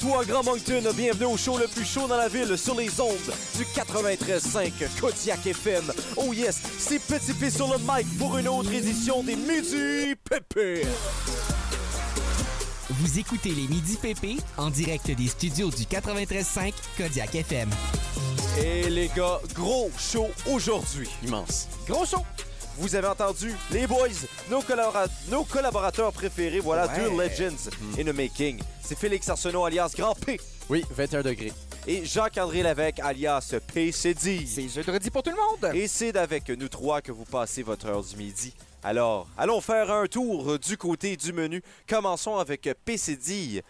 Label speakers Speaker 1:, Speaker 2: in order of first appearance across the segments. Speaker 1: toi, Grand Moncton. Bienvenue au show le plus chaud dans la ville, sur les ondes du 93.5 Kodiak FM. Oh yes, c'est Petit P sur le mic pour une autre édition des Midi Pépé.
Speaker 2: Vous écoutez les Midi PP en direct des studios du 93.5 Kodiak FM.
Speaker 1: Et les gars, gros show aujourd'hui. Immense. Gros show. Vous avez entendu les boys, nos, collabora- nos collaborateurs préférés, voilà
Speaker 3: Ouais.
Speaker 1: deux legends in the making. C'est Félix Arsenault alias Grand P
Speaker 3: Oui, 21 degrés.
Speaker 1: et Jacques-André Lévesque alias PCD.
Speaker 3: C'est jeudi pour tout le monde.
Speaker 1: Et c'est avec nous trois que vous passez votre heure du midi. Alors, allons faire un tour du côté du menu. Commençons avec PCD.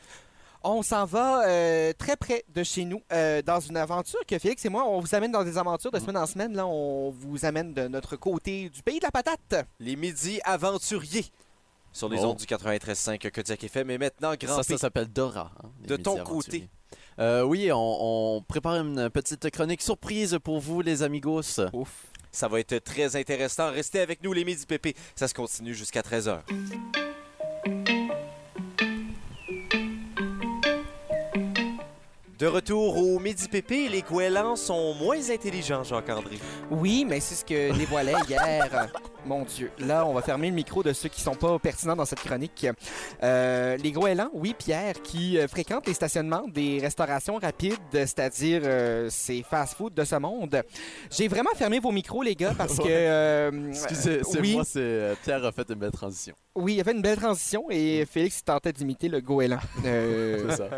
Speaker 3: On s'en va euh, très près de chez nous euh, dans une aventure que Félix et moi, on vous amène dans des aventures de semaine en semaine. Là, on vous amène de notre côté du pays de la patate.
Speaker 1: Les midis aventuriers sur les
Speaker 4: Oh.
Speaker 1: ondes du 93.5 Kodiak FM. Et maintenant, Grand
Speaker 4: ça,
Speaker 1: P.
Speaker 4: ça s'appelle Dora. hein, les
Speaker 1: De
Speaker 4: Midi
Speaker 1: ton
Speaker 4: Aventuriers.
Speaker 1: côté.
Speaker 4: Euh, oui, on, on prépare une petite chronique surprise pour vous, les amigos.
Speaker 3: Ouf.
Speaker 1: Ça va être très intéressant. Restez avec nous, les Midi Pépé. Ça se continue jusqu'à 13h. De retour au Midi Pépé, les goélands sont moins intelligents, Jacques-André.
Speaker 3: Oui, mais c'est ce que dévoilait hier. Mon Dieu, là, on va fermer le micro de ceux qui sont pas pertinents dans cette chronique. Euh, les goélands, oui, Pierre, qui euh, fréquentent les stationnements des restaurations rapides, c'est-à-dire euh, ces fast-food de ce monde. J'ai vraiment fermé vos micros, les gars, parce que...
Speaker 4: Ouais.
Speaker 3: euh,
Speaker 4: Excusez, c'est
Speaker 3: oui,
Speaker 4: moi, c'est euh, Pierre a fait une belle transition.
Speaker 3: oui, il y avait une belle transition et Félix tentait d'imiter le goéland. Euh,
Speaker 4: C'est ça.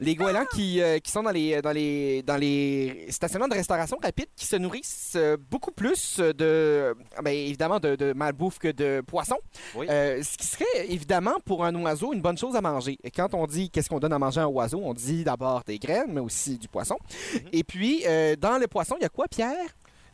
Speaker 3: les goélands qui, euh, qui sont dans les, dans, les, dans les stationnements de restauration rapide qui se nourrissent euh, beaucoup plus de, ben, évidemment, de, de malbouffe que de poissons.
Speaker 1: Oui.
Speaker 3: Euh, ce qui serait évidemment pour un oiseau une bonne chose à manger. Et Quand on dit qu'est-ce qu'on donne à manger à un oiseau, on dit d'abord des graines, mais aussi du poisson. Et puis, euh, dans le poisson, il y a quoi, Pierre?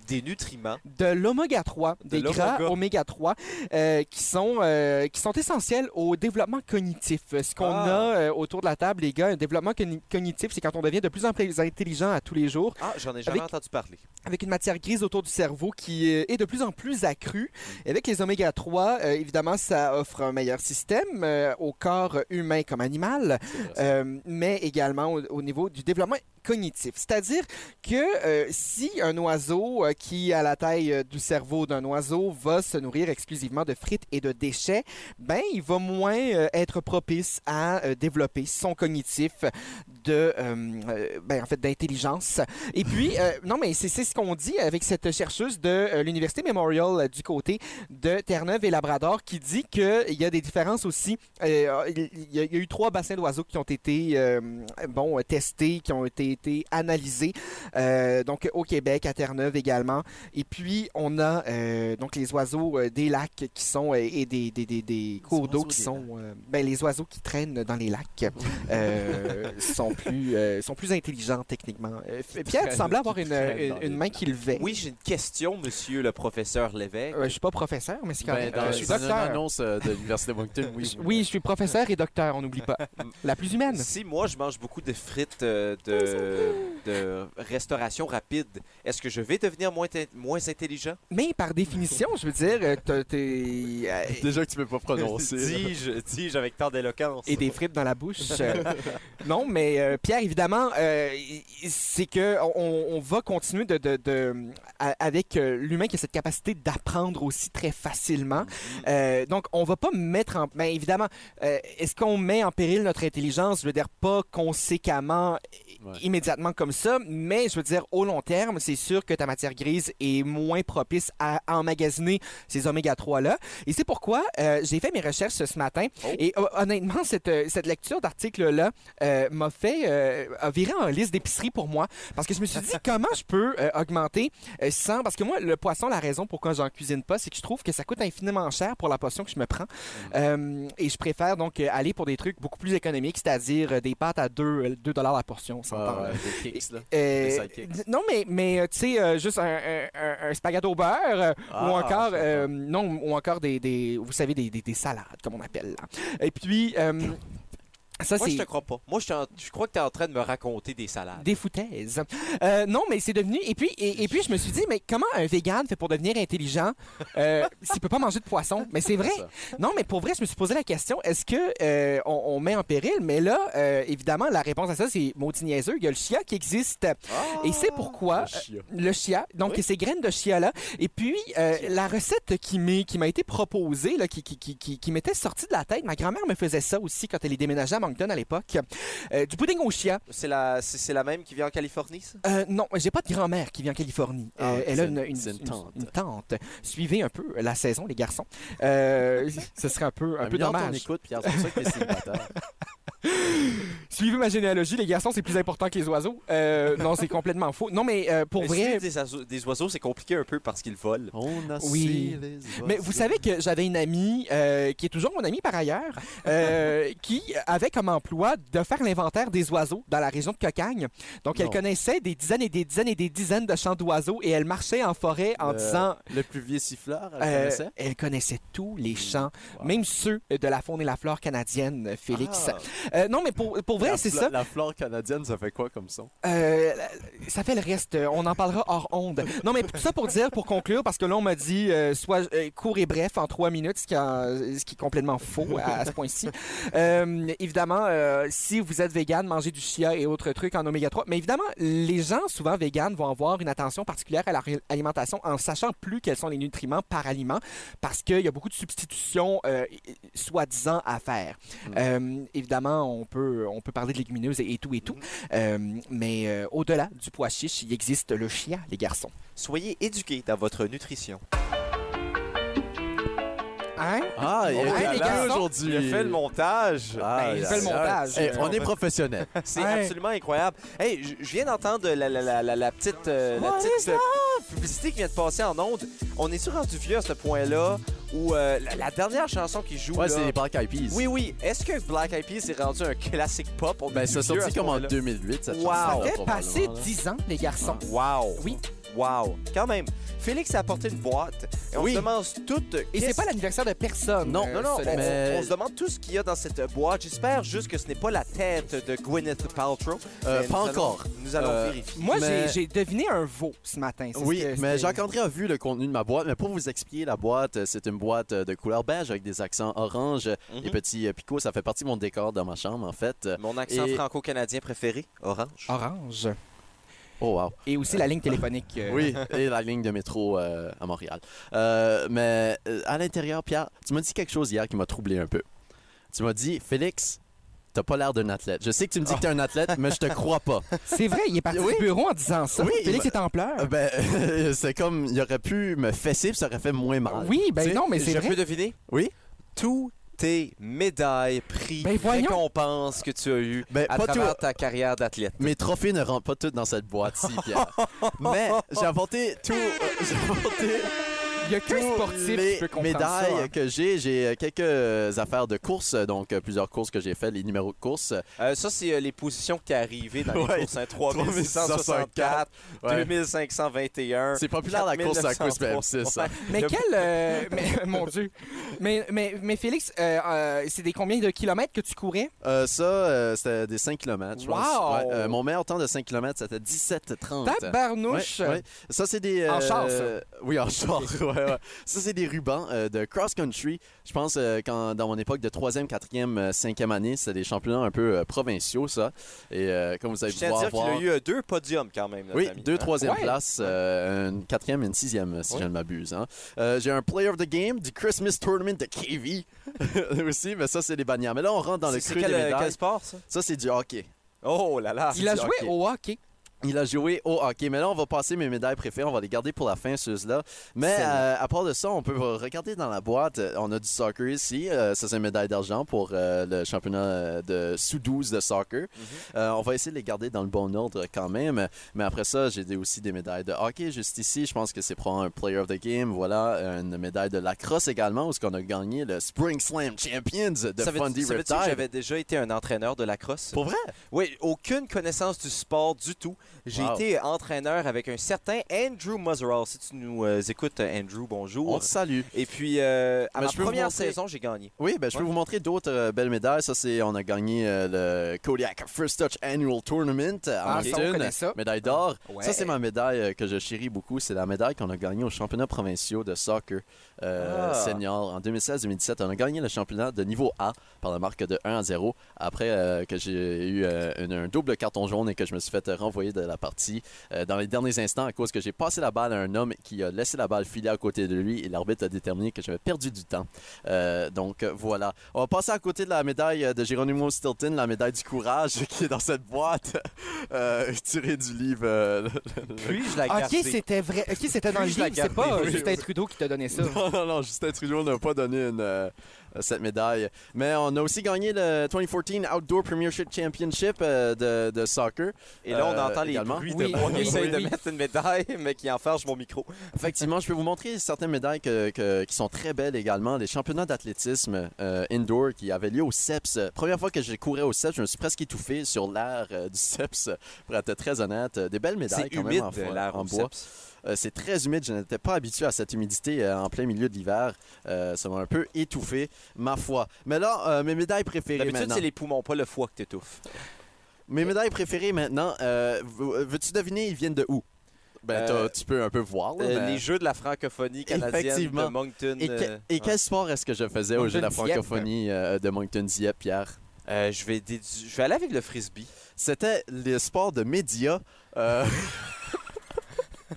Speaker 1: Des nutriments.
Speaker 3: de l'oméga 3,
Speaker 1: De
Speaker 3: des
Speaker 1: l'oméga.
Speaker 3: gras oméga 3 euh, qui sont euh, qui sont essentiels au développement cognitif. Ce qu'on
Speaker 1: Ah.
Speaker 3: a euh, autour de la table les gars, un développement cogni- cognitif, c'est quand on devient de plus en plus intelligent à tous les jours
Speaker 1: Ah, j'en ai jamais
Speaker 3: Avec-
Speaker 1: entendu parler.
Speaker 3: avec une matière grise autour du cerveau qui euh, est de plus en plus accrue. Et avec les oméga 3, évidemment, ça offre un meilleur système euh, au corps humain comme animal,
Speaker 4: vrai,
Speaker 3: euh, mais également au, au niveau du développement cognitif. C'est-à-dire que euh, si un oiseau euh, qui a la taille euh, du cerveau d'un oiseau va se nourrir exclusivement de frites et de déchets, ben il va moins euh, être propice à euh, développer son cognitif de euh, euh, ben, en fait d'intelligence et puis, euh, non, mais c'est c'est ce qu'on dit avec cette chercheuse de euh, l'Université Memorial euh, du côté de Terre-Neuve et Labrador qui dit qu'il y a des différences aussi. Euh, Il y, a il y a eu trois bassins d'oiseaux qui ont été euh, bon, euh, testés, qui ont été, été analysés, euh, donc au Québec, à Terre-Neuve également. Et puis, on a euh, donc les oiseaux euh, des lacs qui sont euh, et des, des, des, des cours d'eau
Speaker 4: oiseaux
Speaker 3: qui
Speaker 4: des
Speaker 3: sont. euh, ben, les oiseaux qui traînent dans les lacs euh, sont, plus, euh, sont plus intelligents techniquement. Euh, F- Pierre, tu
Speaker 4: traînent-
Speaker 3: semblais avoir
Speaker 4: qui
Speaker 3: une,
Speaker 4: traînent
Speaker 3: une-
Speaker 4: dans les
Speaker 3: une main qui levait.
Speaker 1: Oui, j'ai une question, monsieur le professeur Lévesque.
Speaker 3: Euh, je suis pas professeur, mais c'est quand
Speaker 4: Ben,
Speaker 3: même.
Speaker 4: dans
Speaker 3: euh, je suis
Speaker 4: dans une
Speaker 3: docteur.
Speaker 4: annonce euh, de l'Université de Moncton, oui.
Speaker 3: Oui, je suis professeur et docteur, on n'oublie pas. La plus humaine.
Speaker 1: Si moi je mange beaucoup de frites euh, de, de restauration rapide, est-ce que je vais devenir moins, te- moins intelligent?
Speaker 3: Mais par définition, je veux dire, euh, t'as- t'es. euh,
Speaker 4: Déjà que tu peux pas prononcer.
Speaker 1: Dis-je dis avec tant d'éloquence.
Speaker 3: et des frites dans la bouche. Euh, non, mais euh, Pierre, évidemment, euh, c'est que on, on va continuer de, de- de- à- avec euh, l'humain qui a cette capacité d'apprendre aussi très facilement. Euh, donc, on va pas mettre en, ben évidemment, euh, est-ce qu'on met en péril notre intelligence Je veux dire pas conséquemment
Speaker 4: Ouais.
Speaker 3: immédiatement comme ça, mais je veux dire au long terme, c'est sûr que ta matière grise est moins propice à emmagasiner ces oméga 3 là. Et c'est pourquoi euh, j'ai fait mes recherches ce matin. Et euh, honnêtement, cette, euh, cette lecture d'article-là euh, m'a fait euh, a viré en liste d'épicerie pour moi. Parce que je me suis dit, comment je peux euh, augmenter euh, sans. Parce que moi, le poisson, la raison pourquoi j'en cuisine pas, c'est que je trouve que ça coûte infiniment cher pour la portion que je me prends.
Speaker 4: Mm.
Speaker 3: Euh, et je préfère donc euh, aller pour des trucs beaucoup plus économiques, c'est-à-dire euh, des pâtes à 2 euh, 2 dollars la portion, on s'entend, là.
Speaker 4: Ah, des kicks, là.
Speaker 3: Euh,
Speaker 4: Des sidekicks.
Speaker 3: non, mais, mais euh, tu sais, euh, juste un, un, un- un spaghetti au beurre euh,
Speaker 4: Ah,
Speaker 3: ou encore,
Speaker 4: je
Speaker 3: euh, non, ou encore des, des- vous savez, des, des- des salades, comme on appelle. là. Et puis, euh, Ça,
Speaker 1: Moi,
Speaker 3: c'est
Speaker 1: je te crois pas. Moi, je, suis en- je crois que tu es en train de me raconter des salades.
Speaker 3: des foutaises. Euh, non, mais c'est devenu. Et puis, et, et puis, je me suis dit, mais comment un vegan fait pour devenir intelligent euh, s'il peut pas manger de poisson Mais c'est vrai. Non, mais pour vrai, je me suis posé la question est-ce que euh, on, on met en péril Mais là, euh, évidemment, la réponse à ça, c'est maudit niaiseux. Il y a le chia qui existe, Ah! et c'est pourquoi. Le chia, donc
Speaker 1: Oui.
Speaker 3: ces graines de chia là. Et puis euh, la recette qui m'est- qui m'a été proposée, là, qui, qui, qui, qui, qui m'était sortie de la tête, ma grand-mère me faisait ça aussi quand elle est déménagée à Moncton à l'époque. Euh, du pudding au chia.
Speaker 1: C'est la, c'est- c'est la même qui vient en Californie, ça?
Speaker 3: Euh, non, j'ai pas de grand-mère qui vient en Californie.
Speaker 4: Ah,
Speaker 3: Euh,
Speaker 4: ouais,
Speaker 3: elle a
Speaker 4: c'est
Speaker 3: une,
Speaker 4: une-
Speaker 3: une-
Speaker 4: c'est une
Speaker 3: une-
Speaker 4: tante.
Speaker 3: une tante. Suivez un peu la saison, les garçons. Euh, ce serait un peu,
Speaker 4: Bah,
Speaker 3: un peu
Speaker 4: On
Speaker 3: dommage.
Speaker 4: écoute, Pierre, c'est pour ça que t'es
Speaker 1: hein.
Speaker 4: célibataire.
Speaker 3: Suivez ma généalogie, les garçons, c'est plus important que les oiseaux. Euh, non, c'est complètement faux. Non, mais euh, pour
Speaker 1: Mais
Speaker 3: vrai.
Speaker 1: suivre des, oiseaux- des oiseaux, c'est compliqué un peu parce qu'ils volent.
Speaker 4: On a
Speaker 3: Oui.
Speaker 4: su les
Speaker 3: Mais vous savez que j'avais une amie, euh, qui est toujours mon amie par ailleurs, euh, qui avait comme emploi de faire l'inventaire des oiseaux dans la région de Cocagne. Donc, elle
Speaker 4: Non.
Speaker 3: connaissait des dizaines et des dizaines et des dizaines de chants d'oiseaux et elle marchait en forêt en
Speaker 4: Le-
Speaker 3: disant
Speaker 4: Le pluvier siffleur, Euh, elle
Speaker 3: Euh,
Speaker 4: connaissait? Hmm.
Speaker 3: elle connaissait tous les chants,
Speaker 4: Wow.
Speaker 3: même ceux de la faune et la flore canadienne, euh, Félix.
Speaker 4: Ah,
Speaker 3: Euh, non, mais pour, pour vrai,
Speaker 4: la
Speaker 3: c'est
Speaker 4: fla-
Speaker 3: ça.
Speaker 4: La flore canadienne, ça fait quoi comme son?
Speaker 3: Euh, ça fait le reste. euh, On en parlera hors onde. Non, mais tout ça pour dire, pour conclure, parce que là, on m'a dit euh, soit euh, court et bref en trois minutes, ce qui, en- ce qui est complètement faux à, à ce point-ci. Euh, évidemment, euh, si vous êtes vegan, mangez du chia et autres trucs en oméga 3. Mais évidemment, les gens souvent véganes vont avoir une attention particulière à leur alimentation en sachant plus quels sont les nutriments par aliment parce qu'il y a beaucoup de substitutions euh, soi-disant à faire.
Speaker 4: Mm.
Speaker 3: Euh, évidemment, on peut, on peut parler de légumineuses et, et tout et tout. Euh, mais euh, au-delà du pois chiche, il existe le chia, les garçons.
Speaker 1: Soyez éduqués dans votre nutrition.
Speaker 3: Hein?
Speaker 4: Ah, il y
Speaker 3: Hey,
Speaker 4: a
Speaker 3: les
Speaker 4: là
Speaker 3: garçons,
Speaker 4: aujourd'hui.
Speaker 1: Il a fait le montage.
Speaker 4: Ah,
Speaker 3: Ben, il
Speaker 4: là,
Speaker 3: fait le
Speaker 4: là.
Speaker 3: montage.
Speaker 4: Eh, on est professionnel.
Speaker 1: C'est
Speaker 3: Hey.
Speaker 1: absolument incroyable. Hey, je- je viens d'entendre la, la- la- la- la petite, euh, la
Speaker 4: What
Speaker 1: petite, euh, publicité qui vient de passer en ondes. On est sur rendu vieux à ce point-là où euh, la, la dernière chanson qui joue.
Speaker 4: Ouais,
Speaker 1: là-
Speaker 4: c'est les Black Eyed Peas.
Speaker 1: Oui, oui. Est-ce que Black Eyed Peas est rendu un classique pop? On
Speaker 4: Ben,
Speaker 1: est
Speaker 4: ça a
Speaker 1: vieux à
Speaker 4: sorti
Speaker 1: ce
Speaker 4: comme en
Speaker 1: point-là.
Speaker 4: 2008, cette
Speaker 1: Wow.
Speaker 4: chanson-là,
Speaker 3: Ça fait
Speaker 4: probablement,
Speaker 3: passer
Speaker 4: là. Ah.
Speaker 3: 10 ans, les garçons.
Speaker 1: Wow!
Speaker 3: Oui.
Speaker 1: Wow! Quand même, Félix a apporté une boîte et on
Speaker 4: Oui.
Speaker 1: se demande toutes.
Speaker 3: Et c'est
Speaker 1: qu'est-ce-
Speaker 3: pas l'anniversaire de personne. euh,
Speaker 4: Non,
Speaker 1: Non, non, on,
Speaker 3: cela dit.
Speaker 4: mais-
Speaker 1: on- on se demande tout ce qu'il y a dans cette boîte. J'espère juste que ce n'est pas la tête de Gwyneth Paltrow.
Speaker 4: Euh,
Speaker 1: Mais
Speaker 4: pas
Speaker 1: nous allons-
Speaker 4: encore.
Speaker 1: nous allons
Speaker 4: Euh,
Speaker 1: vérifier.
Speaker 3: Moi, j'ai-
Speaker 4: Mais-
Speaker 3: j'ai deviné un veau ce matin. c'est ce
Speaker 4: Oui,
Speaker 3: que-
Speaker 4: mais
Speaker 3: c'était-
Speaker 4: Jacques-André a vu le contenu de ma boîte. Mais pour vous expliquer, la boîte, euh, c'est une boîte euh, de couleur beige avec des accents orange
Speaker 3: Mm-hmm.
Speaker 4: et petits euh, picots. Ça fait partie de mon décor dans ma chambre, en fait.
Speaker 1: Mon accent
Speaker 4: Et- Ah,
Speaker 1: franco-canadien préféré, orange.
Speaker 3: Orange.
Speaker 4: Oh, wow.
Speaker 3: Et aussi la ligne téléphonique. euh,
Speaker 4: Oui, et la ligne de métro euh, à Montréal. Euh, mais euh, à l'intérieur, Pierre, tu m'as dit quelque chose hier qui m'a troublé un peu. Tu m'as dit, Félix, t'as pas l'air d'un athlète. Je sais que tu me dis que t'es
Speaker 3: Oh.
Speaker 4: un athlète, mais je te crois pas.
Speaker 3: C'est vrai, il est parti
Speaker 4: Oui.
Speaker 3: du bureau en disant ça.
Speaker 4: Oui,
Speaker 3: Félix
Speaker 4: il-
Speaker 3: est en pleurs.
Speaker 4: Euh, ben, c'est comme, il aurait pu me fesser, puis ça aurait fait moins mal.
Speaker 3: oui,
Speaker 4: Euh, Tu
Speaker 3: ben
Speaker 4: sais,
Speaker 3: non, mais c'est
Speaker 1: Je
Speaker 3: vrai.
Speaker 1: peux deviner?
Speaker 4: Oui.
Speaker 1: Tout tes médailles, prix,
Speaker 3: Ben voyons.
Speaker 1: récompenses que tu as eues
Speaker 4: Ben,
Speaker 1: à
Speaker 4: pas tout.
Speaker 1: travers ta carrière d'athlète.
Speaker 4: Mes trophées ne rentrent pas toutes dans cette boîte-ci, Pierre. mais j'ai apporté tout. euh, j'ai apporté
Speaker 3: Il y a qu'un
Speaker 4: tous
Speaker 3: sportif
Speaker 4: les
Speaker 3: qui peut comprendre
Speaker 4: médailles
Speaker 3: ça. hein.
Speaker 4: que j'ai. J'ai euh, quelques euh, affaires de course, donc euh, plusieurs courses que j'ai faites, les numéros de course.
Speaker 1: Euh, ça, c'est euh, les positions que tu es arrivé dans les
Speaker 4: Ouais.
Speaker 1: courses. hein, 3664,
Speaker 4: Ouais.
Speaker 1: 2521.
Speaker 4: C'est populaire la course à course
Speaker 1: 4903.
Speaker 4: PM6.
Speaker 1: Ouais.
Speaker 3: Mais
Speaker 1: Le-
Speaker 3: quel... euh, mais- mon Dieu. Mais, mais, mais Félix, euh, euh, c'est des combien de kilomètres que tu courais?
Speaker 4: Euh, ça, euh, c'était des 5 km, je pense.
Speaker 3: Wow!
Speaker 4: Ouais, euh, mon meilleur temps de 5 km, c'était 17,30.
Speaker 3: Tabarnouche!
Speaker 4: Ouais, ouais. Ça, c'est des. euh,
Speaker 3: En char, ça.
Speaker 4: Oui, en char. ouais, ouais. Ça, c'est des rubans euh, de cross-country. Je pense, euh, quand, dans mon époque de 3e, 4e, euh, 5e année, c'était des championnats un peu euh, provinciaux, ça. Et euh, comme vous allez
Speaker 1: Je tiens à
Speaker 4: pouvoir
Speaker 1: dire qu'il
Speaker 4: voir.
Speaker 1: a eu euh, deux podiums quand même. notre
Speaker 4: Oui,
Speaker 1: ami. hein.
Speaker 4: deux, troisième
Speaker 3: Ouais.
Speaker 4: place, euh, une quatrième et une sixième, si
Speaker 1: Oui.
Speaker 4: je ne m'abuse. hein. Euh, J'ai un Player of the Game du Christmas Tournament de KV aussi, mais ça, c'est des bannières. Mais là, on rentre dans le
Speaker 1: C'est
Speaker 4: creux
Speaker 1: quel,
Speaker 4: des
Speaker 1: euh,
Speaker 4: médailles.
Speaker 1: quel sport, ça?
Speaker 4: Ça, c'est du hockey.
Speaker 1: Oh là là!
Speaker 3: Il a
Speaker 4: du
Speaker 3: joué
Speaker 4: Ah, hockey.
Speaker 3: au hockey.
Speaker 4: Il a joué au hockey. Mais là, on va passer mes médailles préférées. On va les garder pour la fin, ceux-là. Mais
Speaker 1: Celle-là.
Speaker 4: euh, à part de ça, on peut regarder dans la boîte. Euh, On a du soccer ici. Euh, ça, c'est une médaille d'argent pour euh, le championnat euh, de sous-12 de soccer. Euh, on va essayer de les garder dans le bon ordre quand même. Mais après ça, j'ai des- aussi des médailles de hockey juste ici. Je pense que c'est probablement un Player of the Game. Voilà, une médaille de lacrosse également, où on a gagné le Spring Slam Champions de
Speaker 1: ça veut,
Speaker 4: Fundy
Speaker 1: ça veut dire que
Speaker 4: Riptide.
Speaker 1: j'avais déjà été un entraîneur de lacrosse?
Speaker 4: Pour vrai?
Speaker 1: Oui, aucune connaissance du sport du tout. J'ai
Speaker 4: Wow.
Speaker 1: été entraîneur avec un certain Andrew Motherall. Si tu nous euh, écoutes, euh, Andrew, bonjour.
Speaker 4: On te salue.
Speaker 1: Et puis, euh, à
Speaker 4: Mais
Speaker 1: ma
Speaker 4: je peux vous
Speaker 1: première
Speaker 4: montrer-
Speaker 1: saison, j'ai gagné.
Speaker 4: Oui, ben, je peux
Speaker 1: Ouais.
Speaker 4: vous montrer d'autres euh, belles médailles. Ça, c'est on a gagné euh, le Kodiak First Touch Annual Tournament euh, à
Speaker 3: Ah,
Speaker 4: Moncton.
Speaker 3: ça, on connaît ça.
Speaker 4: Médaille d'or.
Speaker 3: Ouais.
Speaker 4: Ça, c'est ma médaille euh, que je chéris beaucoup. C'est la médaille qu'on a gagnée aux championnats provinciaux de soccer euh,
Speaker 1: Ah.
Speaker 4: senior en 2016-2017. On a gagné le championnat de niveau A par la marque de 1 à 0 après euh, que j'ai eu euh, une- un double carton jaune et que je me suis fait euh, renvoyer de la partie euh, dans les derniers instants à cause que j'ai passé la balle à un homme qui a laissé la balle filer à côté de lui et l'arbitre a déterminé que j'avais perdu du temps. Euh, donc euh, voilà. On va passer à côté de la médaille euh, de Geronimo Stilton, la médaille du courage qui est dans cette boîte euh, tirée du livre. euh, le- le-
Speaker 1: Puis, je l'ai
Speaker 3: Ah, Ok,
Speaker 1: gardé.
Speaker 3: c'était vrai. Ok, c'était dans le
Speaker 1: Puis je la
Speaker 3: livre. C'est
Speaker 1: gardais,
Speaker 3: pas euh,
Speaker 4: oui,
Speaker 3: Justin
Speaker 4: oui.
Speaker 3: Trudeau qui t'a donné ça.
Speaker 4: non, non, non, Justin Trudeau n'a pas donné une, euh, cette médaille. Mais on a aussi gagné le 2014 Outdoor Premiership Championship euh, de, de soccer.
Speaker 1: Et là, on
Speaker 4: Euh,
Speaker 1: entend les
Speaker 4: également.
Speaker 1: bruits
Speaker 3: Oui,
Speaker 1: de moi qui
Speaker 3: oui,
Speaker 1: essaye
Speaker 3: oui,
Speaker 1: de
Speaker 3: oui.
Speaker 1: mettre une médaille, mais qui enferge mon micro.
Speaker 4: Effectivement, je peux vous montrer certaines médailles que- que- qui sont très belles également. Les championnats d'athlétisme euh, indoor qui avaient lieu au CEPS. Première fois que j'ai couru au CEPS, je me suis presque étouffé sur l'air euh, du CEPS, pour être très honnête. Des belles médailles
Speaker 1: C'est
Speaker 4: quand
Speaker 1: humide,
Speaker 4: même en, fo-
Speaker 1: l'air
Speaker 4: en
Speaker 1: au
Speaker 4: bois.
Speaker 1: CEPS.
Speaker 4: Euh, c'est très humide. Je n'étais pas habitué à cette humidité euh, en plein milieu de l'hiver. Euh, ça m'a un peu étouffé, ma foi. Mais là, euh, mes médailles préférées
Speaker 1: D'habitude,
Speaker 4: maintenant.
Speaker 1: c'est les poumons, pas le foie que t'étouffes.
Speaker 4: Mes médailles préférées maintenant. euh, v- veux-tu deviner, ils viennent de où? Ben, t'as-
Speaker 1: Euh,
Speaker 4: tu peux un peu voir. là,
Speaker 1: Euh,
Speaker 4: mais-
Speaker 1: Les jeux de la francophonie canadienne de
Speaker 4: ben. Effectivement.
Speaker 1: Moncton.
Speaker 4: Et, que-
Speaker 1: euh,
Speaker 4: et
Speaker 1: ouais.
Speaker 4: quel sport est-ce que je faisais au jeu de la
Speaker 3: Moncton-Dieppe.
Speaker 4: francophonie euh, de Moncton-Dieppe, Pierre?
Speaker 1: Euh, je, vais dédu- je vais aller avec le frisbee.
Speaker 4: C'était les sports de médias. euh,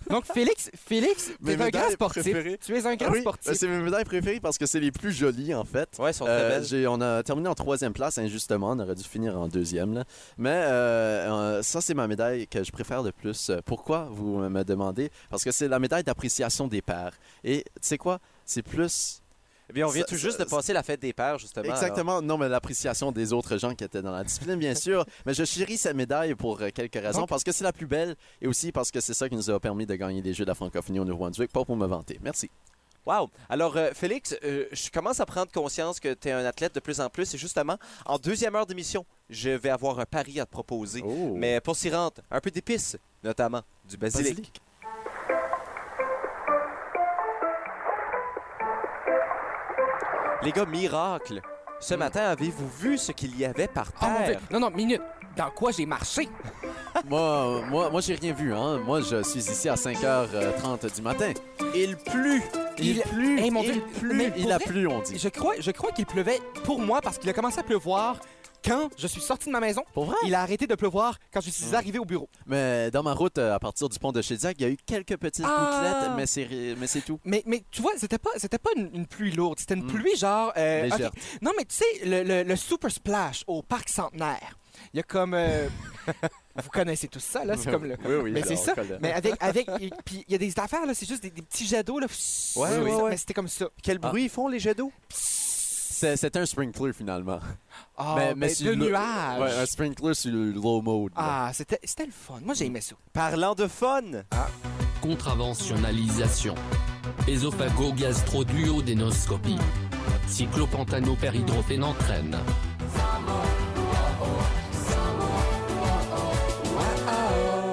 Speaker 3: Donc, Félix, Félix, t'es
Speaker 4: Mes
Speaker 3: un grand
Speaker 4: médailles
Speaker 3: sportif.
Speaker 4: préférées.
Speaker 3: Tu es un grand
Speaker 4: oui,
Speaker 3: sportif.
Speaker 4: c'est mes médailles préférées parce que c'est les plus jolies, en fait.
Speaker 1: Ouais, ils sont très
Speaker 4: Euh,
Speaker 1: belles.
Speaker 4: j'ai- on a terminé en troisième place, injustement. On aurait dû finir en deuxième. là. Mais euh, euh, ça, c'est ma médaille que je préfère le plus. Euh, Pourquoi, vous me demandez? Parce que c'est la médaille d'appréciation des pairs. Et tu sais quoi? C'est plus
Speaker 1: Eh bien, on vient
Speaker 4: ça-
Speaker 1: tout juste
Speaker 4: ça-
Speaker 1: de passer la fête des pères, justement. alors.
Speaker 4: Exactement. Non, mais l'appréciation des autres gens qui étaient dans la discipline, bien sûr. Mais je chéris cette médaille pour euh, quelques raisons.
Speaker 3: Donc-
Speaker 4: parce que c'est la plus belle et aussi parce que c'est ça qui nous a permis de gagner les Jeux de la francophonie au Nouveau-Brunswick. Pas pour me vanter. Merci.
Speaker 1: Wow. Alors, euh, Félix, euh, je commence à prendre conscience que tu es un athlète de plus en plus. Et justement, en deuxième heure d'émission, je vais avoir un pari à te proposer.
Speaker 3: Oh.
Speaker 4: Oh.
Speaker 1: Mais pour s'y rendre, un peu d'épices, notamment du basilic.
Speaker 4: Basilic.
Speaker 1: Les gars, miracle. Ce matin, avez-vous vu ce qu'il y avait par
Speaker 3: Oh Mm. mon Dieu.
Speaker 1: terre?
Speaker 3: Non, non, minute. Dans quoi j'ai marché?
Speaker 4: moi, moi, moi, j'ai rien vu. Hein. Moi, je suis ici à 5h30 du matin.
Speaker 1: Il pleut.
Speaker 4: Il,
Speaker 3: Il-
Speaker 4: plut.
Speaker 3: Hey, Eh, mon
Speaker 4: il
Speaker 3: Dieu.
Speaker 4: plut.
Speaker 3: Mais pour
Speaker 4: Il a
Speaker 3: vrai-
Speaker 4: plu, on dit.
Speaker 3: Je crois, je crois qu'il pleuvait pour moi parce qu'il a commencé à pleuvoir quand je suis sorti de ma maison.
Speaker 4: Pour vrai? Ah.
Speaker 3: Il a arrêté de pleuvoir quand je suis arrivé au bureau.
Speaker 4: Mais dans ma route, euh, à partir du pont de Chédiac, il y a eu quelques petites
Speaker 3: Ah.
Speaker 4: gouttelettes, mais c'est, mais c'est tout.
Speaker 3: Mais, mais tu vois, c'était pas, c'était pas une, une pluie lourde, c'était une
Speaker 4: Mm.
Speaker 3: pluie genre. euh,
Speaker 4: Légère.
Speaker 3: ok. Non, mais tu sais, le, le- le Super Splash au Parc Centenaire, il y a comme. euh, vous connaissez tout ça, là, c'est comme le.
Speaker 4: Oui, oui.
Speaker 3: Mais
Speaker 4: là,
Speaker 3: c'est
Speaker 4: on
Speaker 3: ça.
Speaker 4: colle.
Speaker 3: Mais avec. avec et puis il y a des affaires, là, c'est juste des, des petits jets d'eau, là.
Speaker 1: Ouais,
Speaker 3: Comme
Speaker 1: ouais,
Speaker 3: ça.
Speaker 1: ouais.
Speaker 3: Mais c'était comme ça.
Speaker 1: Quel
Speaker 4: Ah.
Speaker 1: bruit font les jets d'eau?
Speaker 4: C'est- C'était un sprinkler, finalement.
Speaker 3: Ah,
Speaker 4: Mais-
Speaker 3: mais,
Speaker 4: mais c'est
Speaker 3: de
Speaker 4: le-
Speaker 3: nuages.
Speaker 4: Ouais, un sprinkler sur le low mode. là.
Speaker 3: ah, c'était, c'était le fun. Moi, j'ai aimé ça.
Speaker 1: Parlant de fun,
Speaker 3: Ah,
Speaker 5: Contraventionnalisation. Ésophago-gastro-duodénoscopie. Cyclopentanopéridrophène entraîne.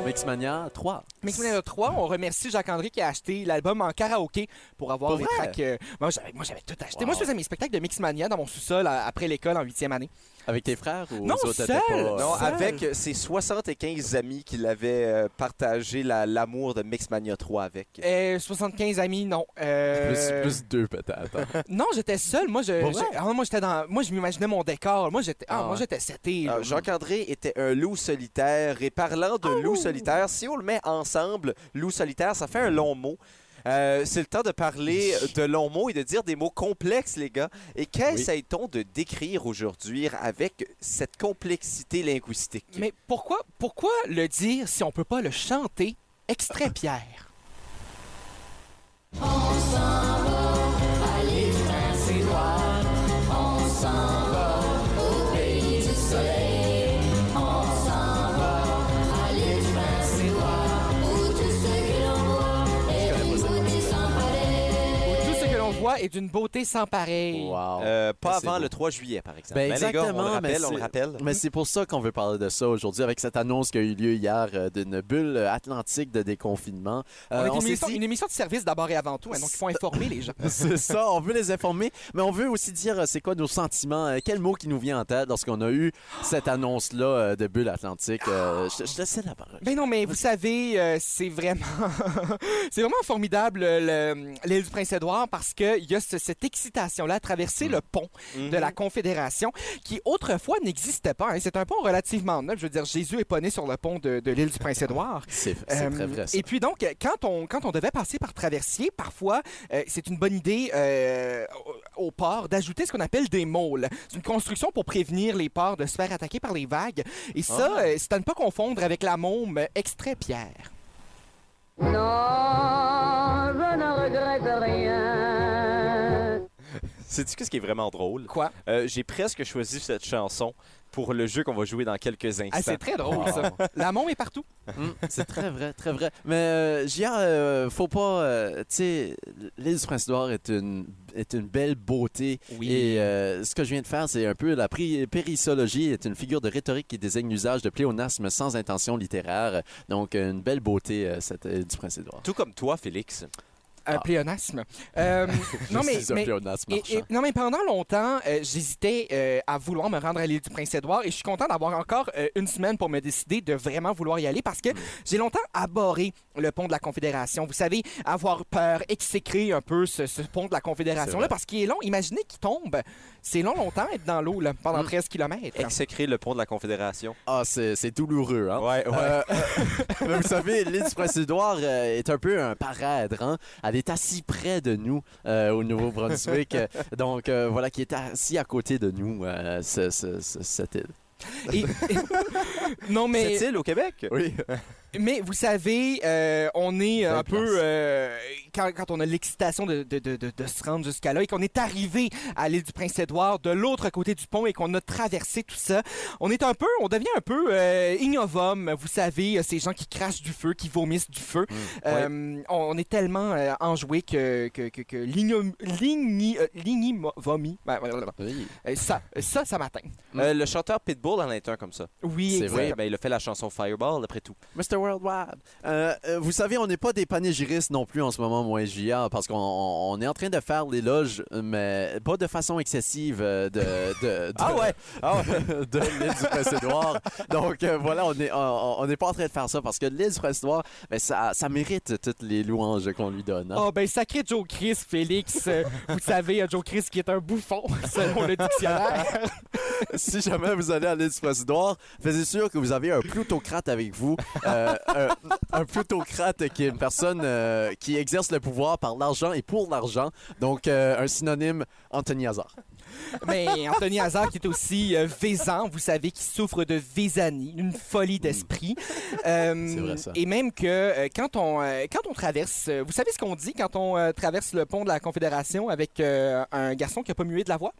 Speaker 4: Mixmania 3.
Speaker 3: Mais semaine 3, on remercie Jacques-André qui a acheté l'album en karaoké pour avoir
Speaker 4: Pour
Speaker 3: les
Speaker 4: vrai?
Speaker 3: tracks. euh, moi, j'avais, moi, j'avais tout acheté.
Speaker 4: Wow.
Speaker 3: Moi, je faisais mes spectacles de Mixmania dans mon sous-sol à- après l'école en huitième année.
Speaker 4: Avec tes frères ou
Speaker 3: Non,
Speaker 4: eux autres,
Speaker 3: seul!
Speaker 4: t'étais pas- euh,
Speaker 1: non,
Speaker 3: Seul.
Speaker 1: avec ses 75 amis qui l'avaient euh, partagé la- l'amour de Mixmania 3 avec.
Speaker 3: Euh, 75 amis, non.
Speaker 4: Plus,
Speaker 3: Euh,
Speaker 4: plus deux peut-être. hein?
Speaker 3: Non, j'étais seul. Moi, je,
Speaker 4: Pour vrai?
Speaker 3: je- ah, moi, j'étais dans, moi, je m'imaginais mon décor. Moi, j'étais, ah,
Speaker 4: Ah
Speaker 3: moi,
Speaker 4: ouais.
Speaker 3: j'étais seté. là.
Speaker 1: Euh, Jacques-André était un loup solitaire. Et parlant de loup solitaire, si on le met ensemble, loup solitaire, ça fait un long mot. Euh, c'est le temps de parler de longs mots et de dire des mots complexes, les gars. Et qu'essaye-t-on de décrire aujourd'hui avec cette complexité linguistique?
Speaker 3: Mais pourquoi, pourquoi le dire si on peut pas le chanter? Extrait Pierre.
Speaker 6: Où tout ce
Speaker 3: Tout ce
Speaker 4: connais pas ça.
Speaker 6: que l'on voit est goûté sans pareil.
Speaker 3: que l'on voix est d'une beauté sans pareille.
Speaker 4: Wow.
Speaker 1: Euh, pas
Speaker 4: Mais c'est
Speaker 1: avant
Speaker 4: beau.
Speaker 1: le 3 juillet, par exemple.
Speaker 4: Ben,
Speaker 1: Mais les gars, on le
Speaker 4: exactement, mais
Speaker 1: rappelle, on le
Speaker 4: c'est-
Speaker 1: rappelle.
Speaker 4: Mais c'est pour ça qu'on veut parler de ça aujourd'hui, avec cette annonce qui a eu lieu hier euh, d'une bulle euh, atlantique de déconfinement.
Speaker 3: On
Speaker 4: Euh,
Speaker 3: est une,
Speaker 4: s'est
Speaker 3: émission,
Speaker 4: dit-
Speaker 3: une émission de service d'abord et avant tout, hein, donc il faut informer les gens.
Speaker 4: C'est ça, on veut les informer, mais on veut aussi dire euh, c'est quoi nos sentiments, euh, quel mot qui nous vient en tête lorsqu'on a eu cette annonce-là euh, de Bulle Atlantique. Euh, je, je te laisse la parole.
Speaker 3: Mais Ben non, mais vous savez, euh, c'est vraiment, c'est vraiment formidable euh, le- l'île du Prince-Édouard parce qu'il y a ce- cette excitation-là à traverser le pont
Speaker 1: Mhm.
Speaker 3: de la Confédération qui autrefois n'existait pas. hein. C'est un pont relativement neuf. Je veux dire, Jésus est pas né sur le pont de, de l'île du Prince-Édouard.
Speaker 4: C'est c'est
Speaker 3: Euh,
Speaker 4: très vrai, ça.
Speaker 3: Et puis donc, euh, quand on, quand on devait passer par traversier, parfois, euh, c'est une bonne idée euh, au au port d'ajouter ce qu'on appelle des môles. C'est une construction pour prévenir les ports de se faire attaquer par les vagues. Et ça,
Speaker 4: Ah.
Speaker 3: euh, c'est à ne pas confondre avec la môme euh, extrait pierre.
Speaker 5: Non, je ne regrette rien.
Speaker 1: Sais-tu qu'est-ce qui est vraiment drôle?
Speaker 3: Quoi?
Speaker 1: Euh, J'ai presque choisi cette chanson pour le jeu qu'on va jouer dans quelques instants.
Speaker 3: Ah, c'est très drôle, ça. La môme est partout.
Speaker 4: Mm, c'est très vrai, très vrai. Mais euh, Gia, euh, faut pas. euh, tu sais, l'île du Prince-Édouard est une, est une belle beauté.
Speaker 3: Oui.
Speaker 4: Et euh, ce que je viens de faire, c'est un peu la pré- périssologie est une figure de rhétorique qui désigne l'usage de pléonasmes sans intention littéraire. Donc, une belle beauté, euh, cette île du Prince-Édouard.
Speaker 1: Tout comme toi, Félix.
Speaker 3: Un
Speaker 4: Ah.
Speaker 3: pléonasme. Euh, non, mais,
Speaker 4: C'est un
Speaker 3: mais-
Speaker 4: pléonasme
Speaker 3: Et- et-
Speaker 4: marchand.
Speaker 3: non, mais pendant longtemps, euh, j'hésitais euh, à vouloir me rendre à l'île du Prince-Édouard et je suis content d'avoir encore euh, une semaine pour me décider de vraiment vouloir y aller parce
Speaker 4: Mm.
Speaker 3: que j'ai longtemps abhorré le pont de la Confédération. Vous savez, avoir peur, exécrer un peu ce, ce pont de la
Speaker 4: C'est
Speaker 3: Confédération-là
Speaker 4: vrai.
Speaker 3: parce qu'il est long. Imaginez qu'il tombe. C'est long, longtemps être dans l'eau là,
Speaker 4: Mm.
Speaker 3: pendant 13 km.
Speaker 1: Exécrer le pont de la Confédération.
Speaker 4: Ah, c'est c'est douloureux, hein?
Speaker 1: Ouais, ouais.
Speaker 4: Euh, euh, mais vous savez, l'île du Prince-Édouard euh, est un peu un parèdre. hein. Elle est assise près de nous euh, au Nouveau-Brunswick. Euh, Donc, euh, voilà, qui est assis à côté de nous, euh, ce- ce- ce- cette île.
Speaker 3: Et- non, mais.
Speaker 1: Cette île au Québec?
Speaker 4: Oui.
Speaker 3: Mais vous savez, euh, on est un
Speaker 4: Belle place.
Speaker 3: peu euh, quand, quand on a l'excitation de, de- de- de- de se rendre jusqu'à là et qu'on est arrivé à l'île du Prince-Édouard de l'autre côté du pont et qu'on a traversé tout ça, on est un peu, on devient un peu euh, ignovum. Vous savez, euh, ces gens qui crachent du feu, qui vomissent du feu.
Speaker 4: Mmh.
Speaker 3: Euh, on, on est tellement euh, enjoué que que, que, que l'igno- l'igni- euh, l'ignivomi- ben, voilà, voilà.
Speaker 4: Oui.
Speaker 3: Euh, ça, ça, ça m'atteint.
Speaker 1: Euh, le chanteur Pitbull en est un comme ça.
Speaker 3: Oui,
Speaker 4: C'est
Speaker 1: Oui,
Speaker 4: vrai.
Speaker 3: exactement.
Speaker 1: ben, il a fait la chanson Fireball, après tout.
Speaker 4: Mr. Worldwide. Euh, euh, vous savez, on n'est pas des panégyristes non plus en ce moment, moi et JR, parce qu'on on- on est en train de faire l'éloge, mais pas de façon excessive euh, de, de, de-
Speaker 1: Ah ouais?
Speaker 4: de l'île du Prince-Édouard. Donc euh, voilà, on n'est on, on n'est pas en train de faire ça parce que l'île du Prince-Édouard, ben, ça, ça mérite toutes les louanges qu'on lui donne. hein.
Speaker 3: Oh ben sacré Joe Chris, Félix. Euh, Vous savez, euh, Joe Chris qui est un bouffon, selon le dictionnaire.
Speaker 4: si jamais vous allez à l'île du Prince-Édouard, faites sûr que vous avez un plutocrate avec vous. Euh, un, un plutocrate qui est une personne euh, qui exerce le pouvoir par l'argent et pour l'argent. Donc, euh, un synonyme Anthony Hazard.
Speaker 3: Mais Anthony Hazard qui est aussi euh, vaisan, vous savez, qui souffre de vésanie, une folie d'esprit. Euh,
Speaker 4: C'est vrai, ça.
Speaker 3: Et même que euh, quand, on, euh, quand on traverse, euh, vous savez ce qu'on dit quand on euh, traverse le pont de la Confédération avec euh, un garçon qui a pas mué de la voix?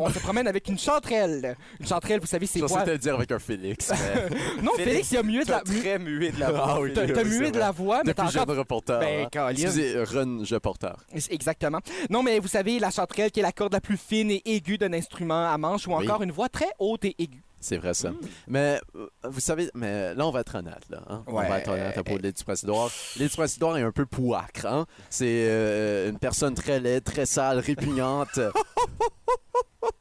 Speaker 3: On se promène avec une chanterelle. Une chanterelle, vous savez, c'est
Speaker 4: Je
Speaker 3: quoi? Ah
Speaker 4: sais te le dire avec un Félix. mais
Speaker 3: Non,
Speaker 1: Félix,
Speaker 3: Félix, il a mué de la...
Speaker 1: T'as très mué de la
Speaker 4: Ah
Speaker 1: voix.
Speaker 4: oui,
Speaker 3: T'as
Speaker 1: Félix.
Speaker 3: t'as
Speaker 4: oui, c'est
Speaker 3: mué de la voix, mais t'as
Speaker 4: depuis
Speaker 3: encore
Speaker 4: jeune reporter.
Speaker 3: Ben,
Speaker 4: hein.
Speaker 3: Colin.
Speaker 4: Excusez, euh, Ron, je porteur.
Speaker 3: Exactement. Non, mais vous savez, la chanterelle qui est la corde la plus fine et aiguë d'un instrument à manche ou
Speaker 4: Oui.
Speaker 3: encore une voix très haute et aiguë.
Speaker 4: C'est vrai, ça. Mais euh, vous savez, mais là, on va être honnête. Là, hein? On
Speaker 3: Ouais.
Speaker 4: va être honnête à propos de l'Édu Présidor. L'Édu Présidor est un peu pouacre. Hein? C'est euh, une personne très laide, très sale, répugnante.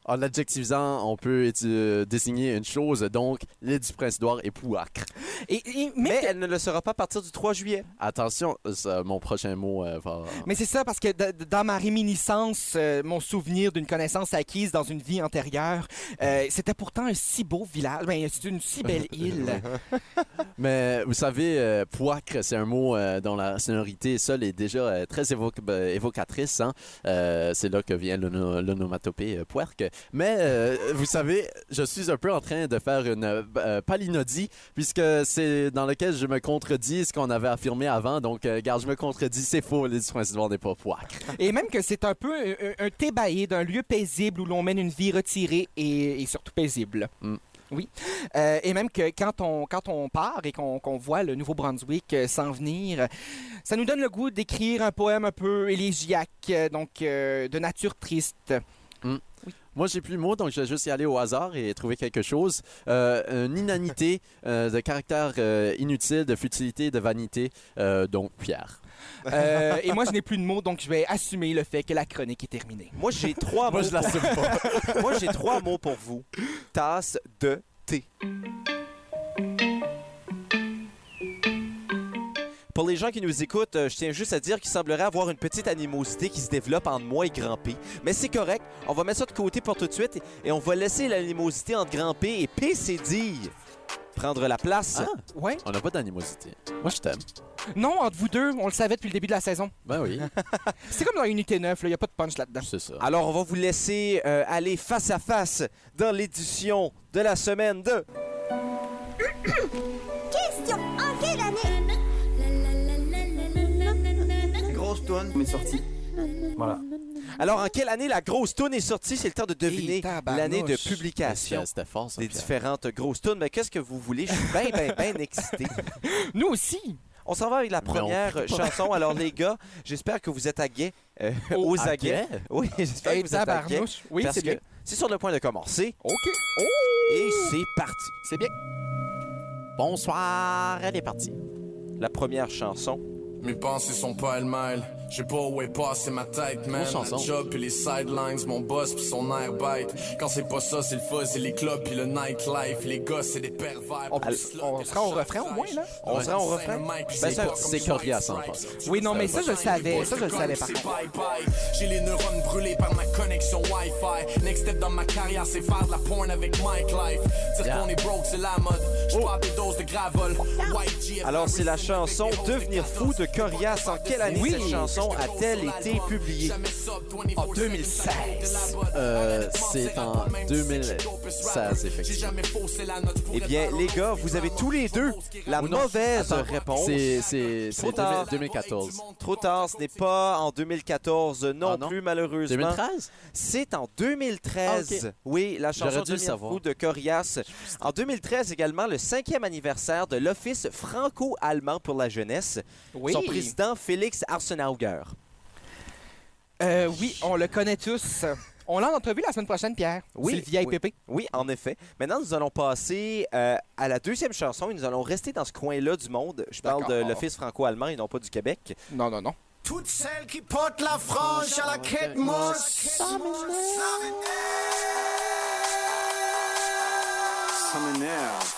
Speaker 4: en l'adjectivisant, on peut euh, désigner une chose. Donc, l'Édu Présidor est pouacre.
Speaker 3: Et, et- mais
Speaker 1: Mais elle ne le sera pas à partir du 3 juillet.
Speaker 4: Attention, ça, mon prochain mot euh, va.
Speaker 3: mais c'est ça, parce que d- d- dans ma réminiscence, euh, mon souvenir d'une connaissance acquise dans une vie antérieure, euh, c'était pourtant un si beau village, ben, c'est une si belle île.
Speaker 4: Mais vous savez, euh, poicre, c'est un mot euh, dont la sonorité seule est déjà euh, très évoque- ben, évocatrice. hein. Euh, c'est là que vient l'ono- l'onomatopée euh, poirque. Mais euh, vous savez, je suis un peu en train de faire une euh, palinodie, puisque c'est dans lequel je me contredis ce qu'on avait affirmé avant. Donc, euh, garde, je me contredis, c'est faux, les soins n'est pas poicre.
Speaker 3: et même que c'est un peu
Speaker 1: Mm.
Speaker 3: un, un- un thébaïde, un lieu paisible où l'on mène une vie retirée et, et surtout paisible. Euh, et même que quand on, quand on part et qu'on qu'on voit le Nouveau-Brunswick euh, s'en venir, euh, ça nous donne le goût d'écrire un poème un peu élégiaque, euh, donc euh, de nature triste.
Speaker 4: Moi, j'ai plus le mot, donc je vais juste y aller au hasard et trouver quelque chose. Euh, une inanité euh, de caractère euh, inutile, de futilité, de vanité, euh, donc Pierre.
Speaker 3: Euh, et moi, je n'ai plus de mots, donc je vais assumer le fait que la chronique est terminée.
Speaker 1: Moi, j'ai trois mots. pour-
Speaker 4: l'assume pas.
Speaker 1: Moi, j'ai trois mots pour vous. Tasse de thé. Pour les gens qui nous écoutent, euh, je tiens juste à dire qu'il semblerait avoir une petite animosité qui se développe entre moi et Grand P. Mais c'est correct, on va mettre ça de côté pour tout de suite et on va laisser l'animosité entre Grand P et PCD prendre la place.
Speaker 4: Ah.
Speaker 3: Ouais.
Speaker 4: On n'a pas d'animosité. Moi, je t'aime.
Speaker 3: Non, entre vous deux, on le savait depuis le début de la saison.
Speaker 4: Ben oui, Ah,
Speaker 3: C'est comme dans Unité 9, il n'y a pas de punch là-dedans.
Speaker 4: c'est ça.
Speaker 1: Alors, on va vous laisser euh, aller face à face dans l'édition de la semaine de...
Speaker 6: Question En quelle année
Speaker 7: Grosse toune, mais sortie.
Speaker 1: Alors, en quelle année la grosse toune est sortie? C'est le temps de deviner
Speaker 3: Et tabarnouche.
Speaker 1: l'année de
Speaker 4: C'était
Speaker 1: publication
Speaker 4: c'était fort, ça,
Speaker 1: des
Speaker 4: Pierre.
Speaker 1: différentes grosses tounes. Mais qu'est-ce que vous voulez? Je suis bien, bien, bien excité.
Speaker 3: Nous aussi.
Speaker 1: On s'en va avec la
Speaker 4: Mais on
Speaker 1: première
Speaker 4: crie pas.
Speaker 1: chanson. Alors, les gars, j'espère que vous êtes à guet, euh,
Speaker 3: Oh,
Speaker 1: aux
Speaker 4: Ah,
Speaker 1: aguets.
Speaker 4: Pierre?
Speaker 1: Oui, j'espère
Speaker 3: Eh,
Speaker 1: que vous êtes à guet.
Speaker 3: tabarnouche. Oui,
Speaker 1: parce
Speaker 3: c'est bien.
Speaker 1: que c'est sur le point de commencer.
Speaker 3: OK.
Speaker 1: Et c'est parti.
Speaker 3: C'est bien.
Speaker 4: Bonsoir, elle est partie.
Speaker 1: La première chanson.
Speaker 8: Mes pensées sont pas elles-mêmes. J'ai pas où est passée ma tête, man.
Speaker 4: Grosse chanson.
Speaker 8: La job puis les sidelines, mon boss puis son air bite. Quand c'est pas ça, c'est le fuzz et les clubs puis le nightlife. Les gosses, c'est des pervers.
Speaker 3: On-
Speaker 8: puis le slot,
Speaker 3: on
Speaker 8: puis
Speaker 3: se
Speaker 8: la
Speaker 3: rend au
Speaker 8: chatte
Speaker 3: refrain au moins, là?
Speaker 8: fraîche.
Speaker 1: On se rend au
Speaker 8: Ouais,
Speaker 1: refrain?
Speaker 8: le mic, puis
Speaker 1: Ben,
Speaker 8: c'est
Speaker 1: ça-
Speaker 8: pas comme
Speaker 4: c'est
Speaker 8: Stripes,
Speaker 4: coriace, hein,
Speaker 8: Stripes.
Speaker 4: pas.
Speaker 3: Oui, non, mais ça, je le
Speaker 8: Bye,
Speaker 3: savais.
Speaker 8: bye,
Speaker 3: Ça, je le
Speaker 8: bye,
Speaker 3: savais par
Speaker 8: c'est
Speaker 3: contre.
Speaker 8: bye, bye. J'ai les neurones brûlés par ma connexion Wi-Fi. Next step dans ma carrière, c'est faire de la porn avec Mike Life. Dire
Speaker 4: Yeah.
Speaker 8: qu'on est broke, c'est la mode. Je parle des doses de gravol. White GF
Speaker 1: Alors, c'est la chanson Devenir fou de Corias. En quelle année
Speaker 3: Oui.
Speaker 1: cette chanson a-t-elle été publiée?
Speaker 4: Ah,
Speaker 8: En 2016.
Speaker 4: Euh, c'est en 2016, effectivement.
Speaker 1: Eh bien, les gars, vous avez tous les deux la
Speaker 4: Ou non.
Speaker 1: mauvaise
Speaker 4: Attends,
Speaker 1: réponse.
Speaker 4: C'est c'est-
Speaker 1: Trop
Speaker 4: c'est
Speaker 1: tard.
Speaker 4: 2000- 2014.
Speaker 1: Trop tard, ce n'est pas en 2014 non,
Speaker 4: Ah non?
Speaker 1: plus, malheureusement.
Speaker 4: 2013?
Speaker 1: C'est en 2013.
Speaker 4: Ah,
Speaker 1: Oui, la chanson
Speaker 4: J'aurais dû le
Speaker 1: Devenir
Speaker 4: savoir.
Speaker 1: fou de Corias. En 2013 également, le cinquième anniversaire de l'Office franco-allemand pour la jeunesse.
Speaker 3: Oui.
Speaker 1: Son président, Félix Arsenauger.
Speaker 3: Euh, oui, on le connaît tous. On l'a en entrevue la semaine prochaine, Pierre.
Speaker 1: Oui,
Speaker 3: C'est le vieil
Speaker 1: oui.
Speaker 3: pépé.
Speaker 1: Oui, en effet. Maintenant, nous allons passer euh, à la deuxième chanson et nous allons rester dans ce coin-là du monde. Je parle de
Speaker 3: D'accord.
Speaker 1: l'Office franco-allemand et non pas du Québec.
Speaker 3: Non, non, non.
Speaker 7: Toutes celles qui portent la frange à la quête morse. Ça m'énerve. Ça m'énerve.